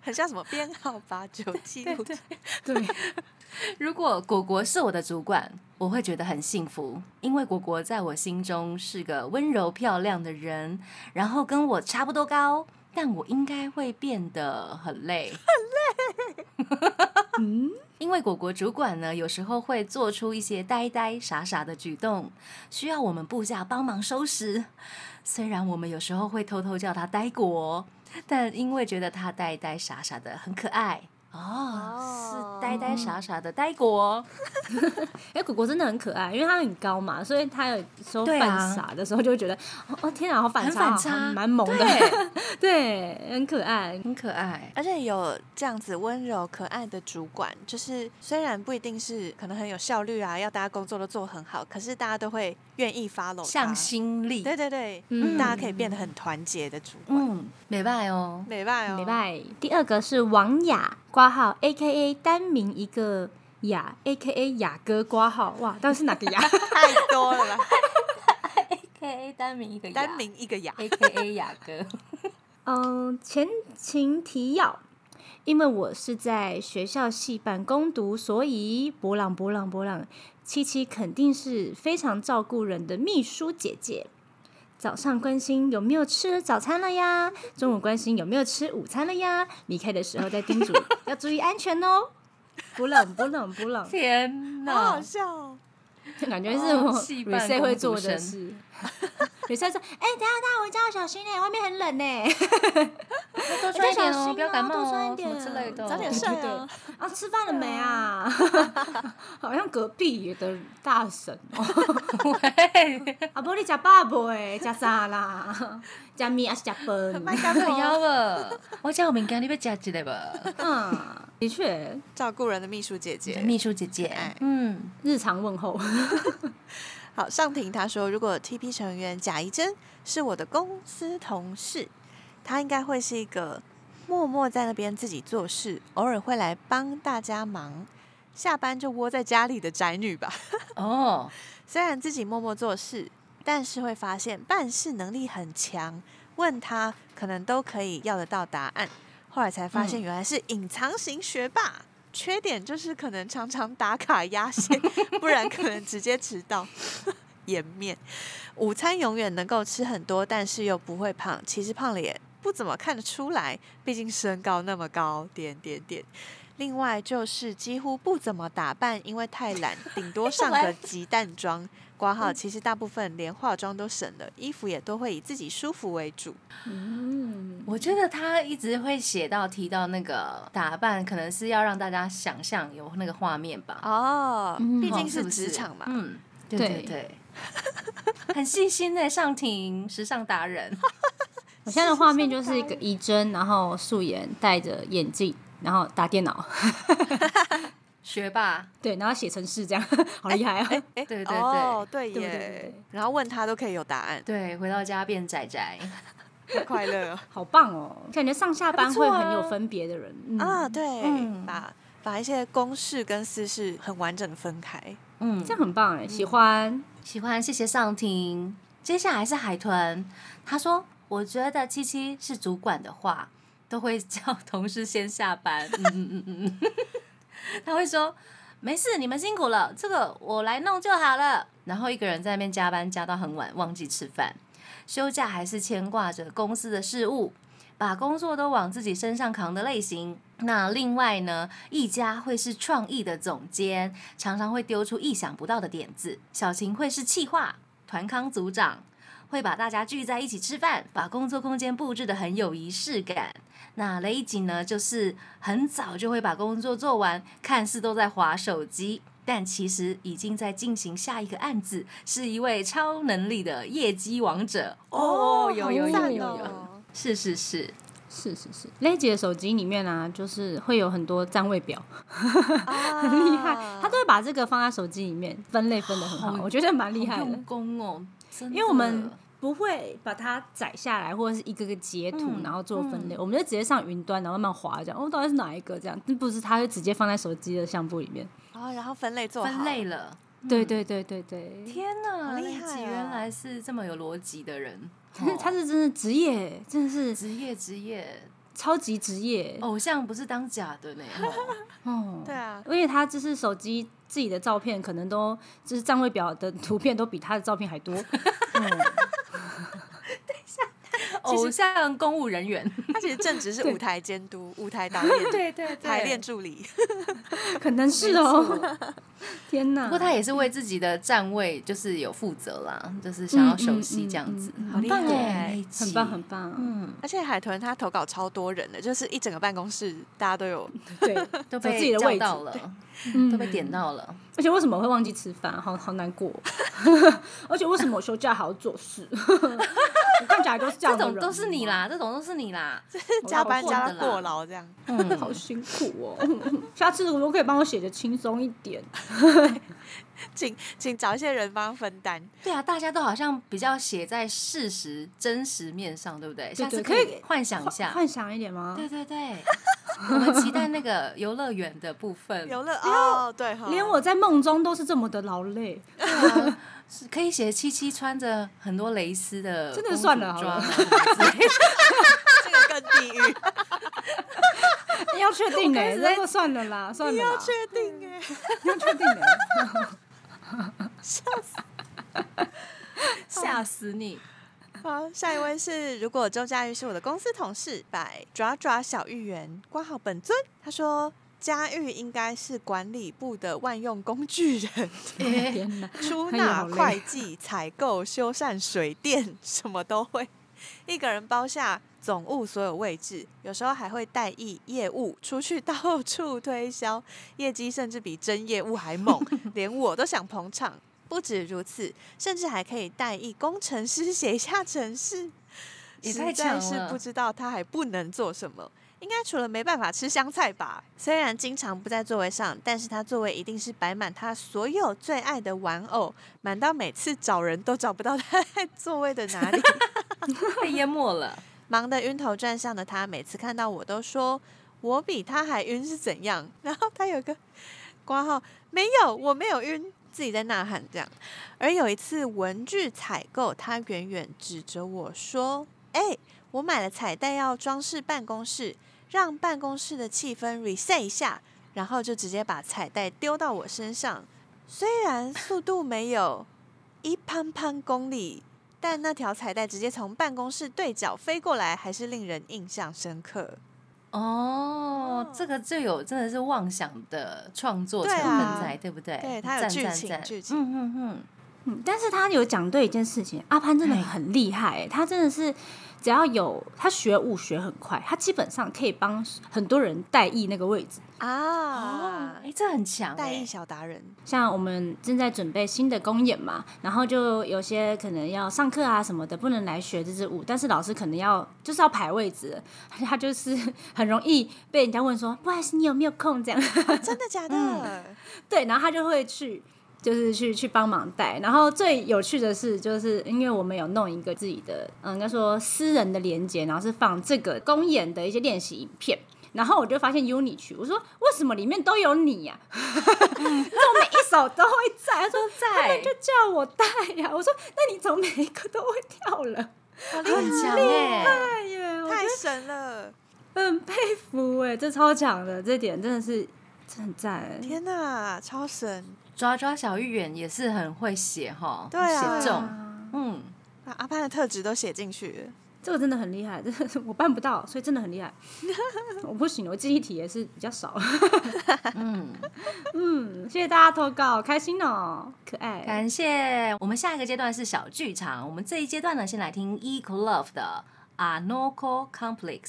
[SPEAKER 3] 很像什么编号八九七五，
[SPEAKER 4] 对，
[SPEAKER 2] 如果果果是我的主管，我会觉得很幸福，因为果果在我心中是个温柔漂亮的人，然后跟我差不多高，但我应该会变得很累。
[SPEAKER 4] 嗯，
[SPEAKER 2] 因为果果主管呢，有时候会做出一些呆呆傻傻的举动，需要我们部下帮忙收拾。虽然我们有时候会偷偷叫他呆果，但因为觉得他呆呆傻傻的很可爱哦
[SPEAKER 3] 哦，
[SPEAKER 2] 是呆呆傻傻的呆果。
[SPEAKER 4] 哎，果果真的很可爱，因为她很高嘛，所以她有时候
[SPEAKER 2] 对啊
[SPEAKER 4] 犯傻的时候就会觉得，哦哦天啊，好反
[SPEAKER 2] 很
[SPEAKER 4] 差啊，
[SPEAKER 2] 反差
[SPEAKER 4] 还蛮萌的，
[SPEAKER 2] 对，
[SPEAKER 4] 对，很可爱。
[SPEAKER 2] 很可爱。
[SPEAKER 3] 而且有这样子温柔可爱的主管，就是虽然不一定是可能很有效率啊，要大家工作都做很好，可是大家都会愿意 follow
[SPEAKER 2] 向
[SPEAKER 3] 他。
[SPEAKER 2] 心力，
[SPEAKER 3] 对对对，
[SPEAKER 4] 嗯
[SPEAKER 3] 大家可以变得很团结的主管，
[SPEAKER 2] 嗯，美拜哦，
[SPEAKER 3] 美拜哦，
[SPEAKER 4] 礼，拜第二个是王雅，挂号 A K A 单名一个雅 A K A 雅哥挂号，哇，到底是哪个雅？
[SPEAKER 3] 太多了 吧？
[SPEAKER 2] ，K A 单名一个
[SPEAKER 3] 单名一个雅，
[SPEAKER 2] ，A K A 雅哥，
[SPEAKER 4] 嗯，前情提要，因为我是在学校系办公读，所以博朗博朗博朗七七肯定是非常照顾人的秘书姐姐。早上关心有没有吃早餐了呀，中午关心有没有吃午餐了呀，离开的时候再叮嘱要注意安全哦。 不冷不冷不
[SPEAKER 2] 哦
[SPEAKER 4] 冷，
[SPEAKER 2] 天
[SPEAKER 3] 好好
[SPEAKER 2] 哪！
[SPEAKER 3] 笑哦。
[SPEAKER 4] 感觉是
[SPEAKER 2] 哦
[SPEAKER 4] 我
[SPEAKER 2] 戏办
[SPEAKER 4] reset 会做
[SPEAKER 2] 公主生
[SPEAKER 4] 的事。reset 说：“哎、等一下大家回家要小心呢、外面很冷欸呢、
[SPEAKER 2] 多
[SPEAKER 4] 穿
[SPEAKER 2] 穿
[SPEAKER 4] 一
[SPEAKER 2] 一点哦，
[SPEAKER 4] 点哦不
[SPEAKER 2] 不
[SPEAKER 4] 要
[SPEAKER 2] 要
[SPEAKER 4] 感
[SPEAKER 2] 感
[SPEAKER 4] 冒
[SPEAKER 2] 冒哦，什么
[SPEAKER 4] 哦什么之
[SPEAKER 2] 之
[SPEAKER 4] 类
[SPEAKER 2] 类
[SPEAKER 4] 的
[SPEAKER 2] 的，
[SPEAKER 3] 早点睡
[SPEAKER 4] 对
[SPEAKER 3] 啊！
[SPEAKER 4] 啊，吃饭了没啊？ 好像隔壁的大婶 哦。
[SPEAKER 2] 喂，
[SPEAKER 4] 啊，不你食饱未？食啥啦？ 食面还是食
[SPEAKER 3] 麦
[SPEAKER 4] 饭？
[SPEAKER 3] 哦干
[SPEAKER 2] 很
[SPEAKER 3] 婆
[SPEAKER 2] 要不，我叫我敏感，你要吃一个吧。
[SPEAKER 4] 嗯，的确，
[SPEAKER 3] 照顾人的秘书姐姐，
[SPEAKER 2] 秘书姐姐
[SPEAKER 3] 哎，
[SPEAKER 2] 嗯，
[SPEAKER 4] 日常问候。
[SPEAKER 3] 好，上庭他说，如果 TP 成员贾一真是我的公司同事，他应该会是一个默默在那边自己做事，偶尔会来帮大家忙，下班就窝在家里的宅女吧。
[SPEAKER 2] 哦，
[SPEAKER 3] 虽然自己默默做事，但是会发现办事能力很强，问他可能都可以要得到答案。后来才发现，原来是隐藏型学霸。缺点就是可能常常打卡压 线，不然可能直接迟到。 颜面，午餐永远能够吃很多，但是又不会胖。其实胖了也不怎么看得出来，毕竟身高那么高。点点点。另外就是几乎不怎么打扮，因为太 懒，顶多上个鸡蛋 妆。挂号其实大部分连化妆都省了，衣服也都会以自己舒服为主。
[SPEAKER 4] 嗯，
[SPEAKER 2] 我觉得他一直会写到提到那个打扮，可能是要让大家想象有那个画面吧。
[SPEAKER 3] 哦
[SPEAKER 4] 嗯，
[SPEAKER 3] 毕
[SPEAKER 2] 哦
[SPEAKER 3] 竟
[SPEAKER 2] 是
[SPEAKER 3] 是
[SPEAKER 2] 不
[SPEAKER 3] 职场嘛，
[SPEAKER 2] 嗯，对
[SPEAKER 4] 对
[SPEAKER 2] 对 对，很细心的上庭时尚达 人，
[SPEAKER 4] 我现在的画面就是一个仪真，然后素颜，戴着眼镜，然后打电脑。
[SPEAKER 2] 学霸，
[SPEAKER 4] 对，然后写成是这 样，好厉害啊！
[SPEAKER 3] 哎，
[SPEAKER 2] 对对对
[SPEAKER 3] 哦，对
[SPEAKER 4] 对对
[SPEAKER 3] 耶
[SPEAKER 4] 对，
[SPEAKER 3] 然后问他都可以有答案，
[SPEAKER 2] 对，回到家变宅宅，
[SPEAKER 3] 好快乐哦
[SPEAKER 4] 好棒哦，感觉上下班
[SPEAKER 2] 还不
[SPEAKER 4] 会
[SPEAKER 2] 错啊
[SPEAKER 4] 很有分别的人、嗯、
[SPEAKER 3] 啊！，对，
[SPEAKER 2] 嗯
[SPEAKER 3] 把把一些公事跟私事很完整的分开。
[SPEAKER 2] 嗯，
[SPEAKER 4] 这样很棒哎，喜欢。
[SPEAKER 2] 喜欢，谢谢上听。接下来是海豚，他说：“我觉得七七是主管的话，都会叫同事先下班。”嗯嗯嗯嗯 嗯，他会说：“没事，你们辛苦了，这个我来弄就好了。”然后一个人在那边加班加到很晚，忘记吃饭，休假还是牵挂着公司的事务。把工作都往自己身上扛的类型。那另外呢，一家会是创意的总监，常常会丢出意想不到的点子；小晴会是企划，团康组长会把大家聚在一起吃饭，把工作空间布置的很有仪式感。那雷吉呢，就是很早就会把工作做完，看似都在划手机。但其实已经在进行下一个案子，是一位超能力的业绩王者
[SPEAKER 4] 哦
[SPEAKER 2] 有
[SPEAKER 4] 好
[SPEAKER 2] 有有
[SPEAKER 4] 赞
[SPEAKER 2] 有
[SPEAKER 4] 哦
[SPEAKER 2] 有，是是是，
[SPEAKER 4] 是是是，雷姐的手机里面啊，就是会有很多站位表，
[SPEAKER 3] 很
[SPEAKER 4] 很厉害，她都会把这个放在手机里面分类分的很好，
[SPEAKER 2] 啊好
[SPEAKER 4] 我觉得蛮厉害
[SPEAKER 2] 好
[SPEAKER 4] 的
[SPEAKER 2] 用。功哦，真的
[SPEAKER 4] 因为我们不会把它载下来，或者是一个个截图，
[SPEAKER 2] 嗯
[SPEAKER 4] 然后做分类，我们就直接上云端，然后慢慢划，这样哦，到底是哪一个这样？但不是，它就直接放在手机的相簿里面。
[SPEAKER 3] 啊，然后分类做好
[SPEAKER 2] 分类了。
[SPEAKER 4] 对对对对对，
[SPEAKER 2] 天哪，
[SPEAKER 3] 好厉
[SPEAKER 2] 雷
[SPEAKER 3] 害
[SPEAKER 2] 吉
[SPEAKER 3] 哦
[SPEAKER 2] 原来是这么有逻辑的 人，
[SPEAKER 4] 他
[SPEAKER 2] 哦
[SPEAKER 4] 是真的职业，真的是
[SPEAKER 2] 职业职业
[SPEAKER 4] 超级职业
[SPEAKER 2] 偶像，不是当假的呢。哦
[SPEAKER 4] 哦
[SPEAKER 3] 对啊，
[SPEAKER 4] 而且他就是手机自己的照片，可能都就是站位表的图片都比他的照片还 多。
[SPEAKER 2] 偶像公务人员，
[SPEAKER 3] 他其实正职是舞台监督、舞台导演、
[SPEAKER 2] 对
[SPEAKER 3] 排练。助理。
[SPEAKER 4] 可能是哦。天哪！
[SPEAKER 2] 不过他也是为自己的站位就是有负责啦，就是想要熟悉这样子
[SPEAKER 4] 嗯嗯嗯嗯嗯，
[SPEAKER 3] 好厉
[SPEAKER 2] 棒欸
[SPEAKER 3] 害
[SPEAKER 2] 耶雷吉
[SPEAKER 4] 很棒，很棒。
[SPEAKER 2] 嗯，
[SPEAKER 3] 而且海豚他投稿超多人的，就是一整个办公室大家都有。
[SPEAKER 4] 对，
[SPEAKER 2] 都
[SPEAKER 4] 走
[SPEAKER 2] 被
[SPEAKER 4] 自己的
[SPEAKER 2] 叫
[SPEAKER 4] 位置
[SPEAKER 2] 到了，
[SPEAKER 4] 嗯
[SPEAKER 2] 都被点。到了。
[SPEAKER 4] 而且为什么我会忘记吃饭？好好难过。 而且为什么我休假还要做事？ 我看起来就是这
[SPEAKER 2] 这
[SPEAKER 4] 样的人
[SPEAKER 2] 种都是你啦，这种都是你 啦。
[SPEAKER 3] 加班
[SPEAKER 2] 我老
[SPEAKER 3] 加
[SPEAKER 2] 混的
[SPEAKER 3] 到
[SPEAKER 2] 啦
[SPEAKER 3] 过劳这样，
[SPEAKER 2] 嗯，
[SPEAKER 4] 好辛苦哦。下次如果可以帮我写的轻松一点，
[SPEAKER 3] 请请找一些人帮他分担。
[SPEAKER 2] 对啊，大家都好像比较写在事实、真实面上，对不对？下次
[SPEAKER 4] 对可以
[SPEAKER 2] 幻想一下。
[SPEAKER 4] 幻想一点吗？
[SPEAKER 2] 对对对， 我们期待那个游乐园的部分，
[SPEAKER 3] 游乐哦，对哈，
[SPEAKER 4] 连我在梦中都是这么的劳累，
[SPEAKER 2] 啊是可以写七七穿着很多蕾丝的
[SPEAKER 4] 真的
[SPEAKER 2] 公主
[SPEAKER 4] 算了好
[SPEAKER 2] 装
[SPEAKER 4] 了
[SPEAKER 2] 啊什么之 类的
[SPEAKER 3] 这个更地狱，
[SPEAKER 4] 要确定呢、
[SPEAKER 2] 我开始在
[SPEAKER 4] 那就算了啦，算了啦，
[SPEAKER 3] 确定哎，
[SPEAKER 4] 要确定欸呢、
[SPEAKER 2] 吓死你！
[SPEAKER 3] 好，下一位是，如果周佳玉是我的公司同事，百爪爪小芋圆挂号本尊，他说佳玉应该是管理部的万用工具 人，
[SPEAKER 2] 哎
[SPEAKER 4] 天哪，
[SPEAKER 3] 出
[SPEAKER 4] 哎呀
[SPEAKER 3] 纳、
[SPEAKER 4] 好累
[SPEAKER 3] 会计、采购、修缮、水电， 什么都会，一个人包下总务所有位置，有时候还会带意业务出去到处推销，业绩甚至比真业务 还猛，连我都想捧场。不止如此，甚至还可以带一工程师写一下程式，
[SPEAKER 2] 也
[SPEAKER 3] 实
[SPEAKER 2] 太
[SPEAKER 3] 在
[SPEAKER 2] 强
[SPEAKER 3] 是
[SPEAKER 2] 了
[SPEAKER 3] 不知道他还不能做什么。应该除了没办法吃香菜吧？虽然经常不在座位上，但是他座位一定是摆满他所有最爱的玩偶，满到每次找人都找不到他在座位的哪里。
[SPEAKER 2] 被淹没了，
[SPEAKER 3] 忙得晕头转向的他，每次看到我都说我比他还晕是怎样？然后他有个挂号，没有，我没有晕，自己在呐喊这样。而有一次文具采购，他远远指着我说：“ 哎、我买了彩带要装饰办公室，让办公室的气氛 reset 一下。”然后就直接把彩带丢到我身上，虽然速度没有一 潘潘公里，但那条彩带直接从办公室对角飞过来，还是令人印象深刻。
[SPEAKER 2] 哦
[SPEAKER 3] 哦，
[SPEAKER 2] 这个就有真的是妄想的创作成
[SPEAKER 3] 对啊
[SPEAKER 2] 分在，对不对？
[SPEAKER 3] 对它有
[SPEAKER 2] 赞
[SPEAKER 3] 剧
[SPEAKER 2] 赞
[SPEAKER 3] 情
[SPEAKER 2] 赞
[SPEAKER 3] 剧情
[SPEAKER 2] 嗯嗯嗯，
[SPEAKER 4] 嗯，但是他有讲对一件事情，阿潘真的
[SPEAKER 2] 哎
[SPEAKER 4] 很厉害、欸，他真的是只要有他学武学很快，他基本上可以帮很多人代役那个位置。
[SPEAKER 2] 哦
[SPEAKER 3] 啊，
[SPEAKER 2] 啊哎，这很强
[SPEAKER 3] 代
[SPEAKER 2] 哎
[SPEAKER 3] 役，小达人，
[SPEAKER 4] 像我们正在准备新的公演嘛，然后就有些可能要上课啊什么的，不能来学这支舞，但是老师可能要就是要排位置，他就是很容易被人家问说，不好意思，你有没有空这样？
[SPEAKER 3] 真的假
[SPEAKER 2] 嗯
[SPEAKER 3] 的？
[SPEAKER 4] 对，然后他就会去，就是去去帮忙带。然后最有趣的是，就是因为我们有弄一个自己的，嗯，应该说私人的连接，然后是放这个公演的一些练习影片。然后我就发现 UNI 区，我说为什么里面都有你呀、 啊？我每一首都会在，他说他
[SPEAKER 2] 在
[SPEAKER 4] 们就叫我带呀、我说那你怎么每一个都会跳了？
[SPEAKER 2] 很强哎，
[SPEAKER 4] 哎呀，我
[SPEAKER 3] 太神了！
[SPEAKER 4] 很佩服哎、这超强的，这点真的是真的很赞
[SPEAKER 2] 嗯
[SPEAKER 4] 欸、
[SPEAKER 3] 天哪，超神！
[SPEAKER 2] 抓抓小芋圆也是很会写哈，
[SPEAKER 3] 对啊
[SPEAKER 2] 写中，
[SPEAKER 4] 啊
[SPEAKER 2] 嗯，
[SPEAKER 3] 把阿潘的特质都写进去了，
[SPEAKER 4] 这个真的很厉害，这 个是我办不到，所以真的很厉害。 我不行，我记忆体也是比较少。
[SPEAKER 2] 嗯，
[SPEAKER 4] 嗯，谢谢大家投稿，开心哦，可爱。
[SPEAKER 2] 感谢。我们下一个阶段是小剧场，我们这一阶段呢，先来听 Eco Love 的《a n o c o Complex》。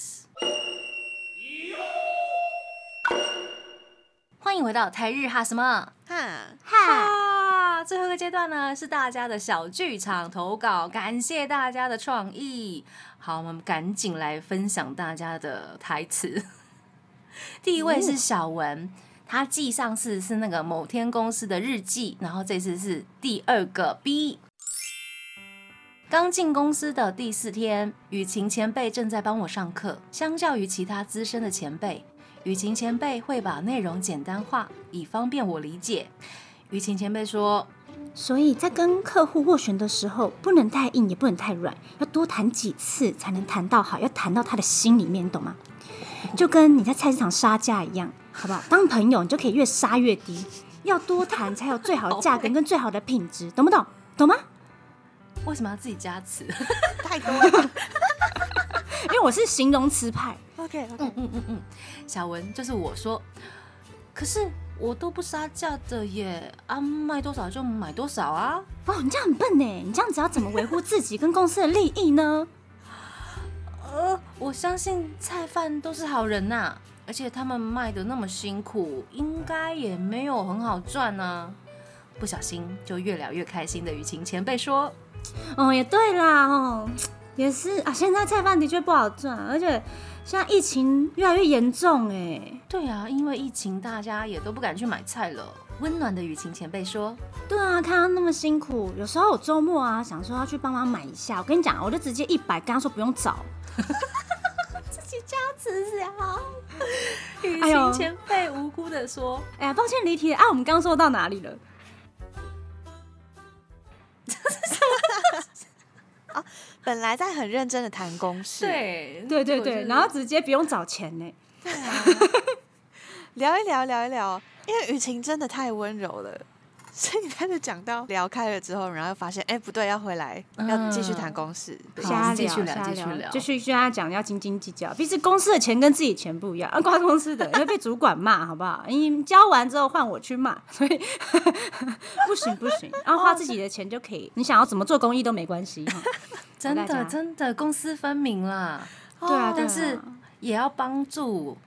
[SPEAKER 2] 欢迎回到台日哈什么
[SPEAKER 3] 哈，
[SPEAKER 4] 哈，
[SPEAKER 2] 哈？最后一个阶段呢是大家的小剧场投稿，感谢大家的创意。好，我们赶紧来分享大家的台词。 第一位是小文，他记上次是那个某天公司的日记，然后这次是第二个 B。刚进公司的第四天，雨晴前辈正在帮我上课。相较于其他资深的前辈，雨晴前辈会把内容简单化，以方便我理解。雨晴前辈说
[SPEAKER 4] 所以在跟客户斡旋的时候，不能太硬，也不能太软，要多谈几次才能谈到好，要谈到他的心里面，你懂吗？就跟你在菜市场杀价一样，好不好？当朋友，你就可以越杀越低，要多谈才有最好的价格跟最好的品质，懂不懂？懂吗？：“
[SPEAKER 2] 为什么要自己加词
[SPEAKER 3] 太多了。
[SPEAKER 4] 因为我是形容词派。
[SPEAKER 3] OK OK，？”
[SPEAKER 2] 嗯嗯嗯，小文就是我说，可是我都不杀价的耶，啊，卖多少就买多少啊。
[SPEAKER 4] 哦，你这样很笨呢！你这样子要怎么维护自己跟公司的利益呢？
[SPEAKER 2] 呃，我相信菜贩都是好人呐、而且他们卖的那么辛苦，应该也没有很好赚啊。不小心就越聊越开心的雨晴前辈说
[SPEAKER 4] 哦，也对啦，哦，也是啊。现在菜贩的确不好赚，而且现在疫情越来越严重哎。：“
[SPEAKER 2] 对啊，因为疫情，大家也都不敢去买菜了。”温暖的雨晴前辈说
[SPEAKER 4] 对啊，看他那么辛苦，有时候我周末啊想说要去帮忙买一下，我跟你讲，我就直接一百跟他说不用找。：“
[SPEAKER 2] 雨
[SPEAKER 4] 哎呦
[SPEAKER 2] 晴前辈无辜的说，
[SPEAKER 4] 哎呀，抱歉离题了啊，我们刚刚说到哪里了？
[SPEAKER 3] 本来在很认真的谈公事，，
[SPEAKER 2] 对
[SPEAKER 4] 对
[SPEAKER 2] 我
[SPEAKER 4] 对
[SPEAKER 2] 就
[SPEAKER 4] 对，
[SPEAKER 2] 是
[SPEAKER 4] 然后直接不用找钱呢。
[SPEAKER 3] 聊一聊，聊一聊，因为雨晴真的太温柔了，所以他就讲到聊开了之后，然后又发现，哎、不对，要回来，要继
[SPEAKER 2] 嗯
[SPEAKER 3] 续谈公事。
[SPEAKER 2] 对
[SPEAKER 4] 瞎
[SPEAKER 2] 好
[SPEAKER 4] 聊，
[SPEAKER 2] 继续聊
[SPEAKER 4] 瞎
[SPEAKER 2] 继续聊
[SPEAKER 4] 就是跟他讲要斤斤计较，毕竟公司的钱跟自己钱不一样，啊，挂公司的你会被主管骂，好不好？你交完之后换我去骂，所以 不行不行，然后花自己的钱就可以，你想要怎么做公益都没关系。哈
[SPEAKER 2] 真
[SPEAKER 4] 大家
[SPEAKER 2] 的真的公私分明啦，
[SPEAKER 4] 对啊，
[SPEAKER 2] 但
[SPEAKER 4] 对啊
[SPEAKER 2] 是也要帮助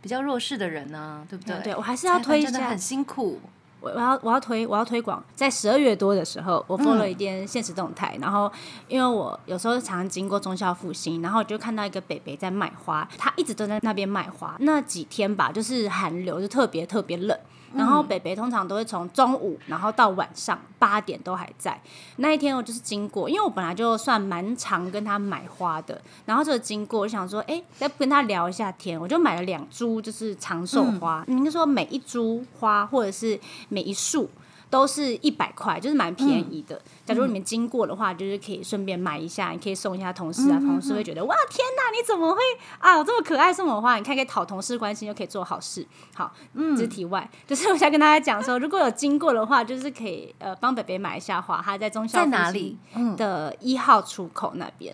[SPEAKER 2] 比较弱势的人呢、对不对？
[SPEAKER 4] 对我还是要推一下
[SPEAKER 2] 真的很辛苦。
[SPEAKER 4] 我我要我要推我要推广，在十二月多的时候，我 follow 了一篇现实动态，然后因为我有时候常常经过中校复兴，然后我就看到一个北北在卖花，他一直都在那边卖花。那几天吧，就是寒流，就特别特别冷。然后北北通常都会从中午，然后到晚上八点都还在。那一天我就是经过，因为我本来就算蛮常跟他买花的，然后就经过，我想说，哎、再跟他聊一下天，我就买了两株就是长寿花，应该说每一株花或者是每一束。都是一百块，就是蛮便
[SPEAKER 2] 嗯
[SPEAKER 4] 宜的。假如你们经过的话，就是可以顺便买一
[SPEAKER 2] 嗯
[SPEAKER 4] 下，你可以送一下同事啊。同事会觉得哇，天哪，你怎么会啊这么可爱送我花？你看可以讨同事关心，又可以做好事。好，嗯，这是题外，就是我想跟大家讲说，如果有经过的话，就是可以呃帮北北买一下花，他在中校
[SPEAKER 2] 在
[SPEAKER 4] 复
[SPEAKER 2] 哪
[SPEAKER 4] 兴
[SPEAKER 2] 里嗯
[SPEAKER 4] 的一号出口那边。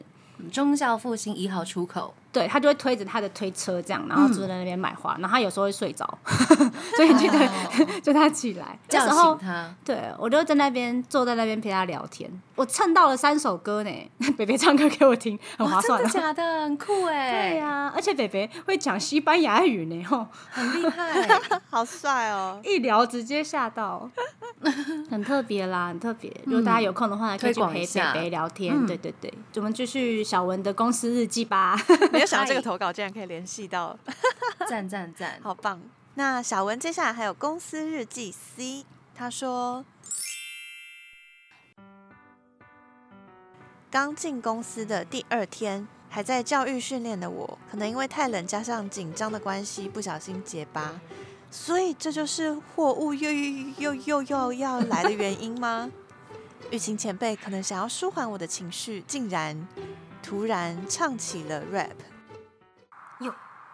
[SPEAKER 2] 忠孝复兴一号出口，
[SPEAKER 4] 对他就会推着他的推车这样，然后
[SPEAKER 2] 嗯
[SPEAKER 4] 坐在那边买花，然后他有时候会睡着， 所以你就得、 就他起来，这
[SPEAKER 2] 哦叫
[SPEAKER 4] 时候
[SPEAKER 2] 醒他。
[SPEAKER 4] 对我就在那边坐在那边陪他聊天，我蹭到了三首歌呢， 北北唱歌给我听，很划
[SPEAKER 2] 哇，哦真
[SPEAKER 4] 算啊
[SPEAKER 2] 的假的？很酷哎，
[SPEAKER 4] 对呀、而且北北会讲西班牙语呢，吼，
[SPEAKER 2] 很厉害。
[SPEAKER 3] 好帅哦！
[SPEAKER 4] 一聊直接吓到， 很特别啦，很特别。如果大家有空的话，可
[SPEAKER 2] 嗯
[SPEAKER 4] 以去
[SPEAKER 2] 推广一
[SPEAKER 4] 陪
[SPEAKER 2] 下嗯
[SPEAKER 4] 北北聊天。对对对，我们继续小文的公司日记吧。
[SPEAKER 3] 没有 想到这个投稿竟然可以联系到，
[SPEAKER 2] 赞赞赞！
[SPEAKER 3] 好棒！那小文接下来还有公司日记 C，他说。刚进公司的第二天，还在教育训练的我，可能因为太冷加上紧张的关系，不小心结巴，所以这就是货物又又又又又要来的原因吗？ 雨晴前辈可能想要舒缓我的情绪，竟然突然唱起了 rap。
[SPEAKER 5] 又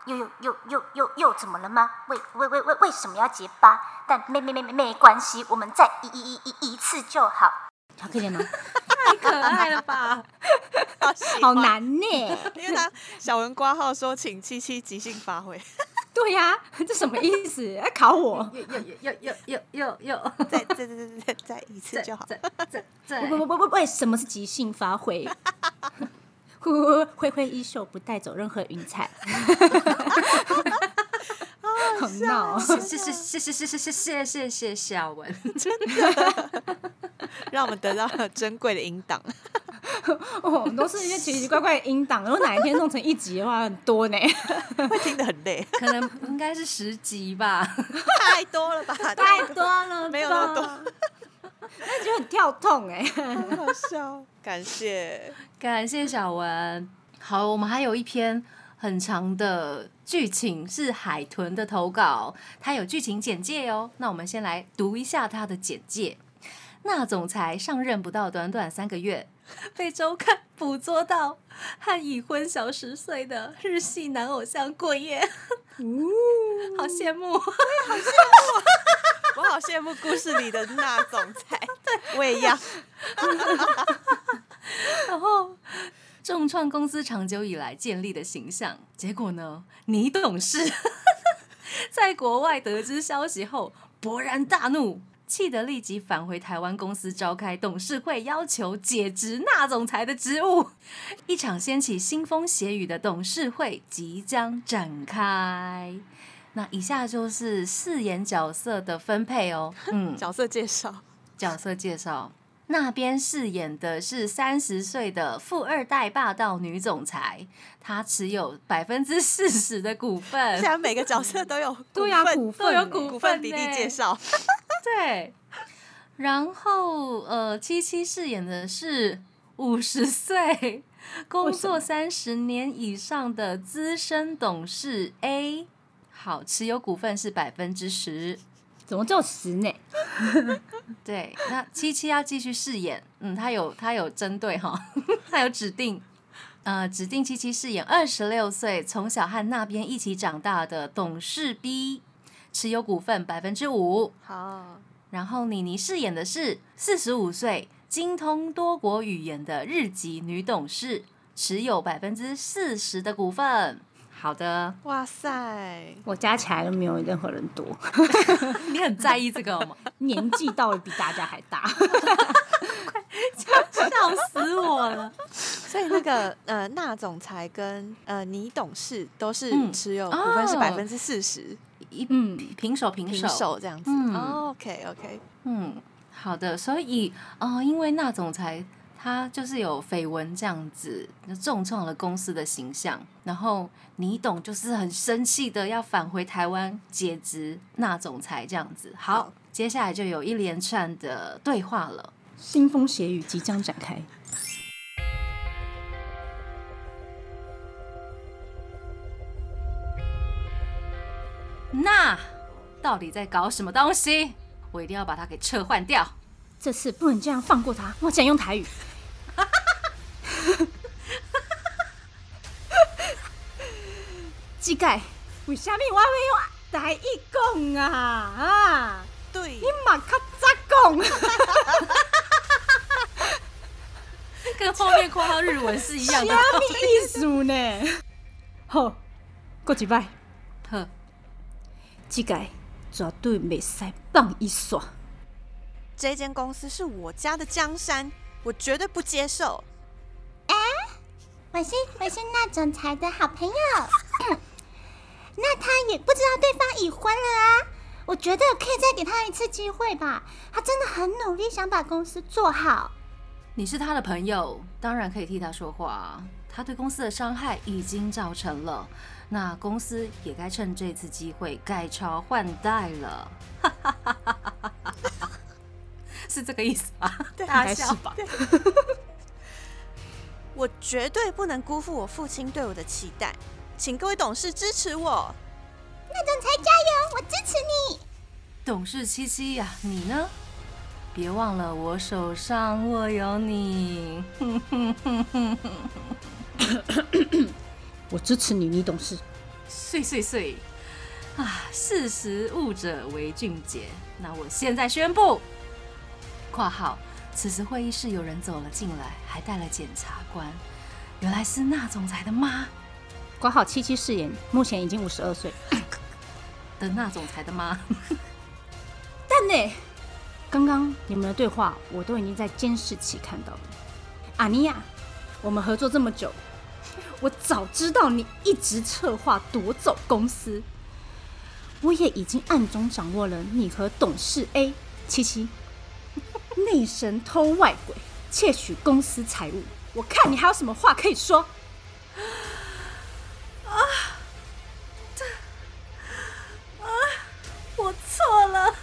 [SPEAKER 5] 又又又又又又怎么了吗？为为为为为什么要结巴？但没没没没没关系，我们再一一一一一次就好。
[SPEAKER 4] 好可以吗？
[SPEAKER 2] 太可爱了吧！
[SPEAKER 4] 好难呢。
[SPEAKER 3] 因为他小文挂号说，请七七即兴发挥，
[SPEAKER 4] 对呀、这什么意思？ 要考我？
[SPEAKER 2] 又又又又又又又
[SPEAKER 3] 再再再再再再一次就好。
[SPEAKER 2] 在在在
[SPEAKER 4] 不不不不，为什么是即兴发 挥？挥挥挥挥衣袖，不带走任何云 彩。好闹哦，
[SPEAKER 2] 谢谢谢谢谢谢谢谢谢谢小文，
[SPEAKER 3] 让我们得到了珍贵的音 档。
[SPEAKER 4] 哦我们都是一些奇奇怪怪的音档。如果哪一天弄成一集的话，很多呢。
[SPEAKER 3] 会听得很累，
[SPEAKER 2] 可能应该是十集吧。
[SPEAKER 3] 太多了 吧？
[SPEAKER 4] 太多了，
[SPEAKER 3] 没有那么多，
[SPEAKER 4] 那就很跳痛哎、
[SPEAKER 3] 很好笑。 感谢，
[SPEAKER 2] 感谢小文。好，我们还有一篇很长的剧情是海豚的投稿，它有剧情简介哦。那我们先来读一下它的简介。那总裁上任不到短短三个月， 被周刊捕捉到和已婚小十岁的日系男偶像过夜， 好羡慕。
[SPEAKER 3] 我好羡慕故事里的那总 裁，我也要。
[SPEAKER 2] 然后众创公司长久以来建立的形象，结果呢，你懂事， 在国外得知消息后勃然大怒，气得立即返回台湾公司召开董事会，要求解职那总裁的职务。一场掀起腥风血雨的董事会即将展开。那以下就是饰演角色的分配哦，嗯，
[SPEAKER 3] 角色介绍，
[SPEAKER 2] 角色介绍。那边饰演的是三十岁的富二代霸道女总裁，她持有百分之四十的股份
[SPEAKER 3] 现，在每个角色都 有
[SPEAKER 4] 对呀、股份
[SPEAKER 2] 有
[SPEAKER 4] 欸
[SPEAKER 2] 股
[SPEAKER 3] 股份比例介绍。
[SPEAKER 2] 对。然后呃，七七饰演的是五十岁、工作三十年以上的资深董事 A，好，持有股份是百分之十。
[SPEAKER 4] 怎么就十呢？
[SPEAKER 2] 对，那七七要继续饰演，嗯，他有他有针对哈，他有指定，呃，指定七七饰演二十六岁，从小和那边一起长大的董事 B，持有股份百分之五。
[SPEAKER 3] 好，
[SPEAKER 2] 然后妮妮饰演的是四十五岁，精通多国语言的日籍女董事，持有百分之四十的股份。好的，
[SPEAKER 3] 哇塞，
[SPEAKER 4] 我加起来都没有任何人 多，
[SPEAKER 2] 你很在意这个哦吗？
[SPEAKER 4] 年纪到了比大家还大。
[SPEAKER 2] 笑死我了！
[SPEAKER 3] 所以那个呃，那总裁跟呃，你董事都是
[SPEAKER 2] 嗯
[SPEAKER 3] 持有股份是
[SPEAKER 2] 哦
[SPEAKER 3] 百分之四十，
[SPEAKER 2] 一
[SPEAKER 4] 嗯
[SPEAKER 2] 平手平
[SPEAKER 3] 平
[SPEAKER 2] 手
[SPEAKER 3] 手这样子。
[SPEAKER 2] 嗯
[SPEAKER 3] 哦 OK OK，
[SPEAKER 2] 嗯，好的，所以呃，因为那总裁他就是有绯闻这样子，就重创了公司的形象。然后你懂，就是很生气的要返回台湾解职那总裁这样子。好，
[SPEAKER 3] 好
[SPEAKER 2] 接下来就有一连串的对话了。
[SPEAKER 4] 腥风血雨即将展开。
[SPEAKER 2] 那到底在搞什么东西？我一定要把他给撤换掉。
[SPEAKER 4] 这次不能这样放过他，我想用台语。膝盖，为什么我要用台语讲啊？啊，
[SPEAKER 3] 对
[SPEAKER 4] 你，嘛较早讲。
[SPEAKER 2] 跟后面括号日文是一样的。
[SPEAKER 4] 艺术呢？好，过几摆，
[SPEAKER 2] 呵，
[SPEAKER 4] 这个绝对袂使放一耍。
[SPEAKER 3] 这间公司是我家的江山，我绝对不接受。
[SPEAKER 1] 我是我是那总裁的好朋友，嗯那他也不知道对方已婚了啊。我觉得可以再给他一次机会吧，他真的很努力想把公司做好。
[SPEAKER 2] 你是他的朋友，当然可以替他说话啊。他对公司的伤害已经造成了，那公司也该趁这次机会改朝换代了。 是这个意思吧？大
[SPEAKER 4] 应该
[SPEAKER 2] 笑
[SPEAKER 4] 是
[SPEAKER 2] 吧。
[SPEAKER 3] 我绝对不能辜负我父亲对我的期待，请各位董事支持我。
[SPEAKER 1] 那总裁加油，我支持你。
[SPEAKER 2] 董事七七呀、你呢？别忘了我手上握有你。
[SPEAKER 4] 我支持你，你懂事。
[SPEAKER 2] 碎碎碎！啊，识时务者为俊杰。那我现在宣布，括号，此时会议室有人走了进来，还带了检察官，原来是那总裁的妈
[SPEAKER 4] 挂号七七誓言，目前已经五十二岁。
[SPEAKER 2] 的那总裁的 妈。
[SPEAKER 4] 但呢，刚刚你们的对话我都已经在监视器看到了。阿尼亚，我们合作这么久， 我早知道你一直策划夺走公司，我也已经暗中掌握了你和董事 A 七七 内神偷外鬼，窃取公司财物。我看你还有什么话可以说？
[SPEAKER 2] 我错了，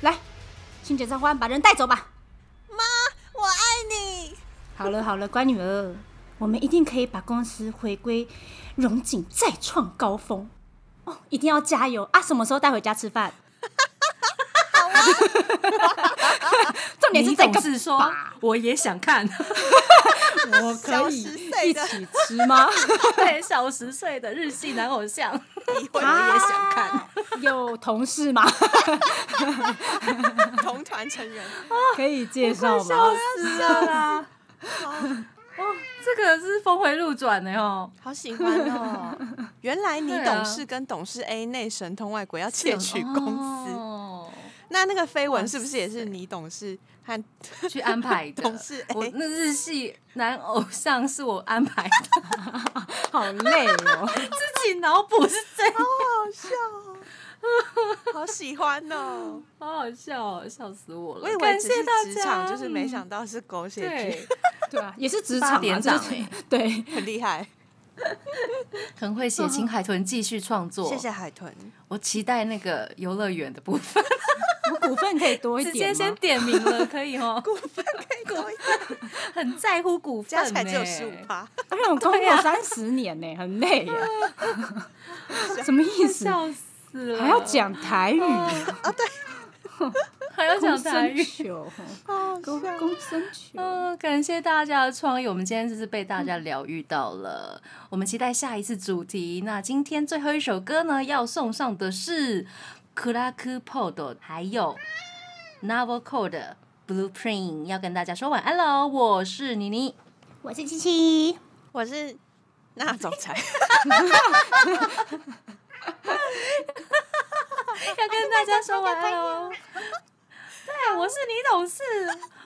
[SPEAKER 4] 来，清洁召唤，把人带走吧。
[SPEAKER 3] 我爱你，
[SPEAKER 4] 好了好了，乖女儿，我们一定可以把公司回归荣景，再创高峰。哦，一定要加油啊！什么时候带回家吃 饭？重点是
[SPEAKER 2] 你
[SPEAKER 4] 这
[SPEAKER 2] 总
[SPEAKER 4] 个
[SPEAKER 2] 是说
[SPEAKER 4] 吧，
[SPEAKER 2] 我也想看。
[SPEAKER 4] 我
[SPEAKER 3] 小
[SPEAKER 4] 可以
[SPEAKER 3] 十岁
[SPEAKER 4] 一
[SPEAKER 3] 的
[SPEAKER 4] 起吃吗？
[SPEAKER 2] 对，小十岁的日系男偶像，
[SPEAKER 3] 以后哎我也想 看。
[SPEAKER 4] 有同事吗？
[SPEAKER 3] 同团成员，
[SPEAKER 4] 可以介 绍
[SPEAKER 2] 笑
[SPEAKER 4] 吗？
[SPEAKER 2] 死了啦！
[SPEAKER 3] 哦
[SPEAKER 2] 这个是峰回路转的哟。
[SPEAKER 3] 好喜欢哦！ 原来你
[SPEAKER 2] 对啊
[SPEAKER 3] 董事跟董事 A 内神通外鬼要窃取公司，
[SPEAKER 2] 哦
[SPEAKER 3] 那那个绯闻是不是也是你董事和
[SPEAKER 2] 去安排的。
[SPEAKER 3] 董事 A
[SPEAKER 2] 我那日系男偶像是我安排的，
[SPEAKER 4] 好累哦。
[SPEAKER 2] 自己脑补是这样，
[SPEAKER 3] 好笑哦、好喜欢哦！
[SPEAKER 2] 好好笑、哦，笑死我了！
[SPEAKER 3] 我以为
[SPEAKER 2] 感
[SPEAKER 3] 只
[SPEAKER 2] 谢
[SPEAKER 3] 是
[SPEAKER 2] 大
[SPEAKER 3] 职
[SPEAKER 2] 家，
[SPEAKER 3] 场，就是没
[SPEAKER 2] 嗯
[SPEAKER 3] 想到是狗血剧，
[SPEAKER 2] 对，
[SPEAKER 4] 对啊，也是职场
[SPEAKER 2] 八
[SPEAKER 4] 嘛，
[SPEAKER 2] 点
[SPEAKER 4] 就
[SPEAKER 2] 档
[SPEAKER 4] 是对，
[SPEAKER 3] 很厉害。
[SPEAKER 2] 很会写，请海豚继续创作。
[SPEAKER 3] 谢谢海豚，
[SPEAKER 2] 我期待那个游乐园的部分，
[SPEAKER 4] 我股份可以多一
[SPEAKER 2] 直接
[SPEAKER 4] 点
[SPEAKER 2] 先
[SPEAKER 4] 吗？
[SPEAKER 2] 点名了，可以哦。
[SPEAKER 3] 股份可以多一点，
[SPEAKER 2] 很在乎股份、
[SPEAKER 3] 加
[SPEAKER 2] 欸，
[SPEAKER 3] 起来只有十五趴。
[SPEAKER 4] 而啊且我工作
[SPEAKER 2] 啊
[SPEAKER 4] 三十年呢，很 累耶。什么意思？
[SPEAKER 2] 笑死了！
[SPEAKER 4] 还要讲台语，
[SPEAKER 2] 还要
[SPEAKER 4] 公
[SPEAKER 2] 讲台
[SPEAKER 4] 生
[SPEAKER 2] 语。
[SPEAKER 4] 球，
[SPEAKER 3] 好
[SPEAKER 4] 公
[SPEAKER 3] 笑
[SPEAKER 4] 公生球。
[SPEAKER 2] 嗯，感谢大家的创意，我们今天就是被大家疗愈到了。我们期待下一次主题。那今天最后一首歌呢，要送上的是《克拉克 Pod》，还有 Novel Code 的 Blueprint，要跟大家说晚安喽。我是妮妮，
[SPEAKER 1] 我是七七，
[SPEAKER 3] 我是那总裁，
[SPEAKER 2] 要啊跟大家说晚安喽。 对，啊我是你董事，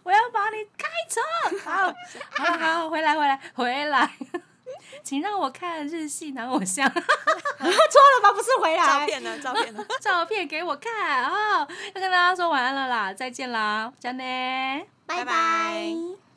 [SPEAKER 2] 我要把你开除。好，好，好，回来，回来，回来， 请让我看日系男偶像。
[SPEAKER 4] 错啊了吧？不是回
[SPEAKER 3] 照
[SPEAKER 4] 来。
[SPEAKER 3] 片呢？照片呢？
[SPEAKER 2] 照片给我看啊、哦！要跟大家说晚安了啦，再见啦，加内。
[SPEAKER 1] 拜
[SPEAKER 3] 拜拜
[SPEAKER 1] 拜